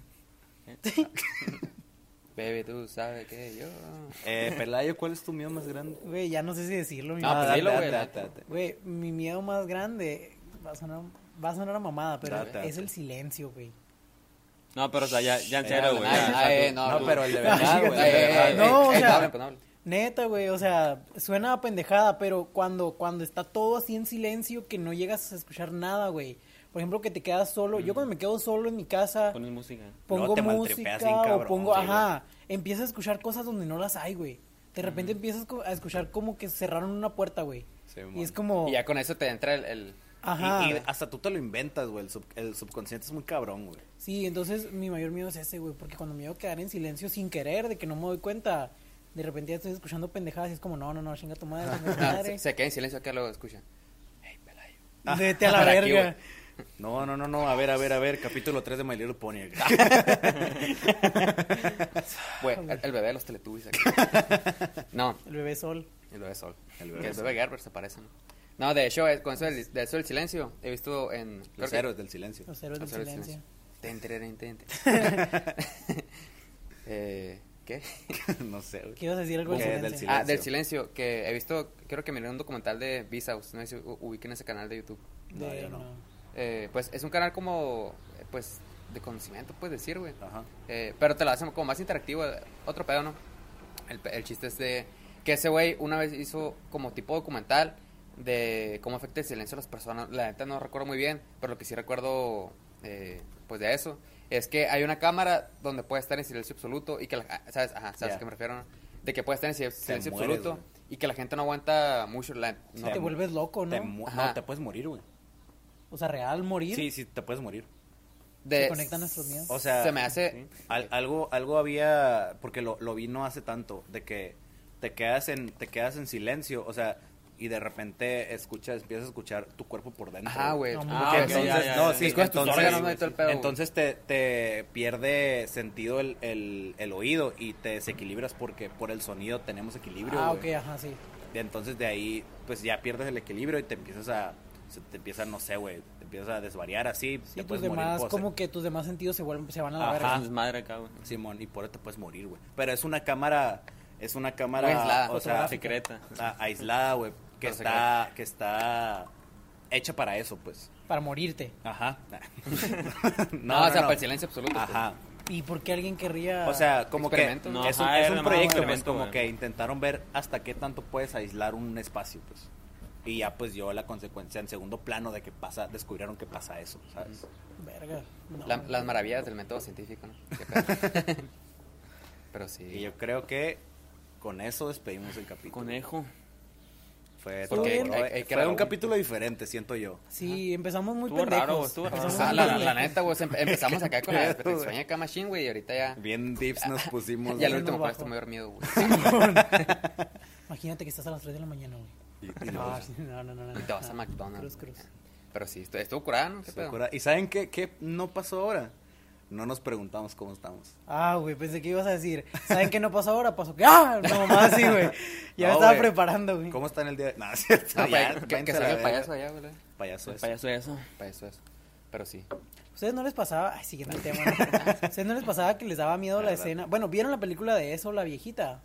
Speaker 3: Baby, tú sabes que yo.
Speaker 2: Eh, Pelayo, ¿cuál es tu miedo más grande? Ah,
Speaker 4: Güey, ya no sé si decirlo. mi
Speaker 3: No, pues
Speaker 4: madre.
Speaker 2: date,
Speaker 3: dilo, güey,
Speaker 2: date,
Speaker 3: date.
Speaker 2: date.
Speaker 4: Güey, mi miedo más grande va a sonar, va a sonar a mamada, pero
Speaker 2: Date,
Speaker 4: es
Speaker 2: date.
Speaker 4: el silencio, güey.
Speaker 1: No, pero o sea, ya, ya en
Speaker 2: Eh,
Speaker 1: serio,
Speaker 2: no,
Speaker 1: güey.
Speaker 2: no,
Speaker 1: ya,
Speaker 2: no,
Speaker 1: o sea,
Speaker 3: eh,
Speaker 1: tú-
Speaker 3: no,
Speaker 2: no,
Speaker 3: tú-
Speaker 2: pero el de verdad, güey, el de
Speaker 3: Eh,
Speaker 2: verdad.
Speaker 3: eh,
Speaker 4: No,
Speaker 3: eh,
Speaker 4: o
Speaker 3: eh,
Speaker 4: sea-
Speaker 3: hablen, pues, hablen.
Speaker 4: Neta, güey, o sea, suena a pendejada, pero cuando, cuando está todo así en silencio, que no llegas a escuchar nada, güey. Por ejemplo, que te quedas solo. Yo cuando me quedo solo en mi casa,
Speaker 1: Pones música.
Speaker 4: pongo
Speaker 2: te
Speaker 4: música
Speaker 2: maltripeas bien
Speaker 4: o
Speaker 2: cabrón,
Speaker 4: pongo,
Speaker 2: sí,
Speaker 4: ajá, empiezas a escuchar cosas donde no las hay, güey. De repente empiezas co- a escuchar como que cerraron una puerta, güey.
Speaker 2: Sí,
Speaker 4: y
Speaker 2: mon.
Speaker 4: es como,
Speaker 3: Y ya con eso te entra el. el-
Speaker 4: ajá.
Speaker 2: Y, y hasta tú te lo inventas, güey. El, sub- el subconsciente es muy cabrón, güey.
Speaker 4: Sí, entonces mi mayor miedo es ese, güey, porque cuando me iba a quedar en silencio sin querer, de que no me doy cuenta, de repente ya estoy escuchando pendejadas y es como, no, no, no, chinga tu madre, chinga tu
Speaker 3: Ah,
Speaker 4: madre.
Speaker 3: se, se queda en silencio acá, luego escucha. Hey, Pelayo.
Speaker 4: Vete a la
Speaker 3: Por aquí,
Speaker 4: verga.
Speaker 2: No, no, no, no. A ver, a ver, a ver. Capítulo 3 de My Little Pony. Ah,
Speaker 3: Güey, el, el bebé de los Teletubbies acá. no,
Speaker 4: El bebé sol.
Speaker 3: el bebé Sol.
Speaker 2: El bebé
Speaker 3: que el
Speaker 2: Sol.
Speaker 3: bebé Gerber se parece, ¿no? No, de hecho, eh, con eso del, de eso del silencio, he visto en. creo
Speaker 2: Los
Speaker 3: que-
Speaker 2: héroes del silencio.
Speaker 4: Los héroes del
Speaker 3: Hacer el
Speaker 4: silencio.
Speaker 3: Ten, tererén, ten, ten. eh, ¿Qué?
Speaker 2: no sé, güey.
Speaker 4: ¿Qué ibas a decir algo del
Speaker 2: Que del
Speaker 4: silencio?
Speaker 2: silencio.
Speaker 3: Ah, del silencio, que he visto, creo que miré un documental de Visaus, no sé si u- ubiquen ese canal de YouTube.
Speaker 2: No,
Speaker 4: De-
Speaker 2: yo no.
Speaker 4: no.
Speaker 3: Eh, pues es un canal como, eh, pues, de conocimiento, puedes decir, güey.
Speaker 2: Ajá.
Speaker 3: Eh, pero te lo hacen como más interactivo, eh, otro pedo, ¿no? El, pe- el chiste es de que ese güey una vez hizo como tipo documental de cómo afecta el silencio a las personas. La neta no recuerdo muy bien, pero lo que sí recuerdo, eh, pues, de eso, es que hay una cámara donde puede estar en silencio absoluto y que, la, ah, ¿sabes? Ajá, ¿sabes
Speaker 2: Ya.
Speaker 3: a qué me refiero? no? De que puede estar en sil- silencio
Speaker 2: mueres,
Speaker 3: absoluto
Speaker 2: güey.
Speaker 3: y que la gente no aguanta mucho. La, no,
Speaker 2: Sí.
Speaker 4: Te vuelves loco,
Speaker 2: Te
Speaker 4: ¿no?
Speaker 2: mu-
Speaker 3: Ajá.
Speaker 2: no, te puedes morir, güey.
Speaker 4: O sea, real morir.
Speaker 2: Sí, sí, te puedes morir.
Speaker 3: de-
Speaker 4: Se conectan nuestros miedos.
Speaker 2: O sea,
Speaker 3: se me hace...
Speaker 2: Al- algo, algo había, porque lo, lo vi no hace tanto, de que te quedas en, te quedas en silencio, o sea, y de repente escuchas, empiezas a escuchar tu cuerpo por dentro.
Speaker 3: Ajá, güey.
Speaker 4: No,
Speaker 3: Ah,
Speaker 2: Porque
Speaker 3: ok,
Speaker 2: entonces,
Speaker 3: ya, ya,
Speaker 2: no,
Speaker 3: ya.
Speaker 2: sí,
Speaker 3: Escoges tus
Speaker 2: entonces,
Speaker 3: órganos, ¿no? Y todo el pedo, güey.
Speaker 2: entonces te, te pierde sentido el, el, el oído y te desequilibras porque por el sonido tenemos equilibrio.
Speaker 4: ah, ok,
Speaker 2: güey.
Speaker 4: ajá, sí.
Speaker 2: Y Entonces de ahí, pues ya pierdes el equilibrio y te empiezas a, se te empieza, no sé, güey, te empiezas a desvariar así,
Speaker 4: Sí,
Speaker 2: te
Speaker 4: tus
Speaker 2: puedes morir.
Speaker 4: demás,
Speaker 2: pues,
Speaker 4: como que tus demás sentidos se, vuelven, se van a la
Speaker 2: Ajá.
Speaker 1: Ah,
Speaker 4: verga.
Speaker 1: es madre acá, güey.
Speaker 2: Simón, y por eso te puedes morir, güey. Pero es una cámara, es una cámara,
Speaker 3: Muy aislada.
Speaker 2: o sea,
Speaker 1: Secreta.
Speaker 2: a- aislada, güey, que
Speaker 3: Pero
Speaker 2: está, que está hecha para eso, pues.
Speaker 4: Para morirte.
Speaker 2: Ajá.
Speaker 3: No, o sea, pues, para el silencio absoluto.
Speaker 2: Ajá.
Speaker 4: ¿Y por qué alguien querría...?
Speaker 2: O sea, como que
Speaker 3: Experimento.
Speaker 1: No,
Speaker 2: es un,
Speaker 1: ajá,
Speaker 2: es
Speaker 1: era
Speaker 2: un
Speaker 1: nomás un
Speaker 2: proyecto, pues,
Speaker 1: experimento,
Speaker 2: como
Speaker 1: güey.
Speaker 2: que intentaron ver hasta qué tanto puedes aislar un espacio, pues. Y ya, pues, yo la consecuencia en segundo plano de que pasa, descubrieron que pasa eso, ¿sabes?
Speaker 4: Verga. no.
Speaker 3: pues, La- las maravillas del método científico, ¿no? Qué pedo. Pero sí.
Speaker 2: Y yo creo que con eso despedimos el capítulo.
Speaker 1: Conejo.
Speaker 2: Fue,
Speaker 4: Porque
Speaker 2: todo,
Speaker 4: hay-
Speaker 2: ¿no?
Speaker 3: hay- hay que
Speaker 2: Fue un
Speaker 3: grabar.
Speaker 2: capítulo diferente, siento yo.
Speaker 4: Sí, empezamos muy
Speaker 1: Estuvo
Speaker 4: pendejos.
Speaker 1: raro, estuvo raro.
Speaker 4: Empezamos
Speaker 3: Ah,
Speaker 4: muy
Speaker 3: la, la- la
Speaker 4: pendejos.
Speaker 3: neta, güey, siempre- empezamos acá con la
Speaker 2: pedo,
Speaker 3: desperfección
Speaker 2: güey.
Speaker 3: acá machine, güey, y ahorita ya...
Speaker 2: Bien dips nos pusimos.
Speaker 3: Ya el
Speaker 2: güey,
Speaker 4: nos
Speaker 3: último
Speaker 4: bajó.
Speaker 3: cual estoy muy dormido, güey.
Speaker 4: Imagínate que estás a las 3 de la mañana, güey.
Speaker 2: y- y nos-
Speaker 4: Ah, sí, No, no, no, no.
Speaker 3: Y te vas
Speaker 4: no.
Speaker 3: a McDonald's.
Speaker 4: Cruz, cruz.
Speaker 3: Pero sí, estu- estuvo curada, ¿no? ¿Qué
Speaker 2: se
Speaker 3: pedo?
Speaker 2: acuerda- ¿Y saben qué, qué no pasó ahora? No nos preguntamos cómo estamos.
Speaker 4: Ah, güey, pensé que ibas a decir, ¿saben qué no pasó ahora? Pasó que, ¡ah! No, más así, güey. Ya
Speaker 2: No,
Speaker 4: me estaba
Speaker 2: güey.
Speaker 4: preparando, güey.
Speaker 2: ¿Cómo están el día de.? No, es cierto.
Speaker 3: No,
Speaker 2: ya,
Speaker 3: pa- Ah, que,
Speaker 2: váyanse
Speaker 3: que
Speaker 2: a la
Speaker 3: salga el
Speaker 2: verga.
Speaker 3: payaso allá, güey.
Speaker 2: Payaso este.
Speaker 1: El
Speaker 2: es.
Speaker 1: payaso eso.
Speaker 3: Payaso eso. Pero sí.
Speaker 4: ¿Ustedes no les pasaba? Ay, siguiente tema. ¿no? ¿Ustedes no les pasaba que les daba miedo la
Speaker 2: Verdad.
Speaker 4: escena? Bueno, ¿vieron la película de eso, la viejita?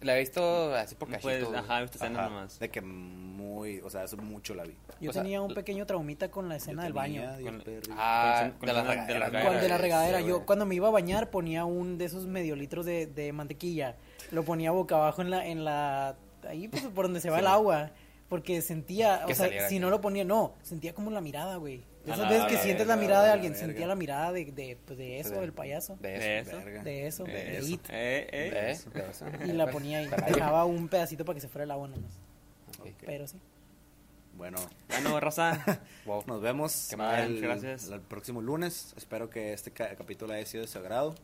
Speaker 3: La he visto así por cachito,
Speaker 1: Pues,
Speaker 3: güey.
Speaker 1: ajá, viste escenas
Speaker 2: Ajá,
Speaker 1: nomás.
Speaker 2: De que muy. O sea, hace mucho la vi.
Speaker 4: Yo
Speaker 3: O sea,
Speaker 4: tenía un pequeño traumita con la escena
Speaker 2: Yo
Speaker 4: del
Speaker 2: tenía
Speaker 4: baño.
Speaker 2: diez
Speaker 1: Con-
Speaker 2: perros.
Speaker 3: Ah,
Speaker 1: Con- con
Speaker 3: de la
Speaker 1: una- de la
Speaker 3: regadera.
Speaker 1: regadera.
Speaker 4: ¿Cuál de la regadera?
Speaker 3: Sí,
Speaker 4: Yo
Speaker 3: güey.
Speaker 4: cuando me iba a bañar ponía un de esos medio litros de, de mantequilla. Lo ponía boca abajo en la, en la, ahí pues por donde se va el agua. Porque sentía, o
Speaker 3: Que
Speaker 4: sea,
Speaker 3: saliera
Speaker 4: si
Speaker 3: aquí.
Speaker 4: no lo ponía, no, sentía como la mirada, güey. De
Speaker 1: A
Speaker 4: Esas
Speaker 1: la
Speaker 4: veces que sientes la
Speaker 2: verga,
Speaker 4: mirada
Speaker 2: a
Speaker 4: de
Speaker 2: la
Speaker 4: alguien,
Speaker 2: verga.
Speaker 4: sentía la mirada de, de, pues, de eso, del payaso.
Speaker 3: De
Speaker 1: De
Speaker 3: eso.
Speaker 1: eso.
Speaker 2: Verga.
Speaker 4: De eso,
Speaker 2: De
Speaker 4: de
Speaker 2: eso.
Speaker 4: it.
Speaker 1: Eh, eh.
Speaker 3: De eso. De eso.
Speaker 4: Y la ponía ahí,
Speaker 3: Caray.
Speaker 4: dejaba un pedacito para que se fuera el agua nomás.
Speaker 3: Ok.
Speaker 4: Pero sí.
Speaker 2: Bueno,
Speaker 1: Ya no, raza.
Speaker 3: Wow.
Speaker 2: nos vemos
Speaker 3: Que
Speaker 1: me-
Speaker 2: el,
Speaker 1: gracias.
Speaker 2: el próximo lunes. Espero que este ca- capítulo haya sido de su agrado.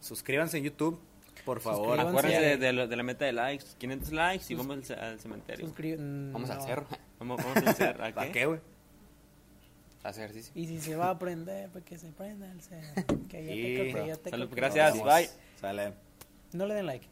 Speaker 2: Suscríbanse en YouTube, por favor.
Speaker 4: Suscríbanse.
Speaker 1: Acuérdense
Speaker 4: Sí.
Speaker 1: de, de lo- de la meta de likes. 500 likes y vamos al, ce- al cementerio.
Speaker 4: Suscri- mm,
Speaker 3: Vamos al
Speaker 4: no.
Speaker 3: cerro.
Speaker 1: Vamos, vamos al cerro. ¿a
Speaker 2: ¿Para
Speaker 1: qué?
Speaker 2: qué, güey?
Speaker 3: a Hacer ejercicio.
Speaker 4: Y si se va a prender, pues que se prenda el cerro. Que yo te
Speaker 2: Sí,
Speaker 4: creo, que
Speaker 2: bro.
Speaker 4: yo te
Speaker 1: Salud,
Speaker 4: creo.
Speaker 1: Gracias,
Speaker 2: Nos vemos.
Speaker 1: bye.
Speaker 2: Sale.
Speaker 4: No le den like.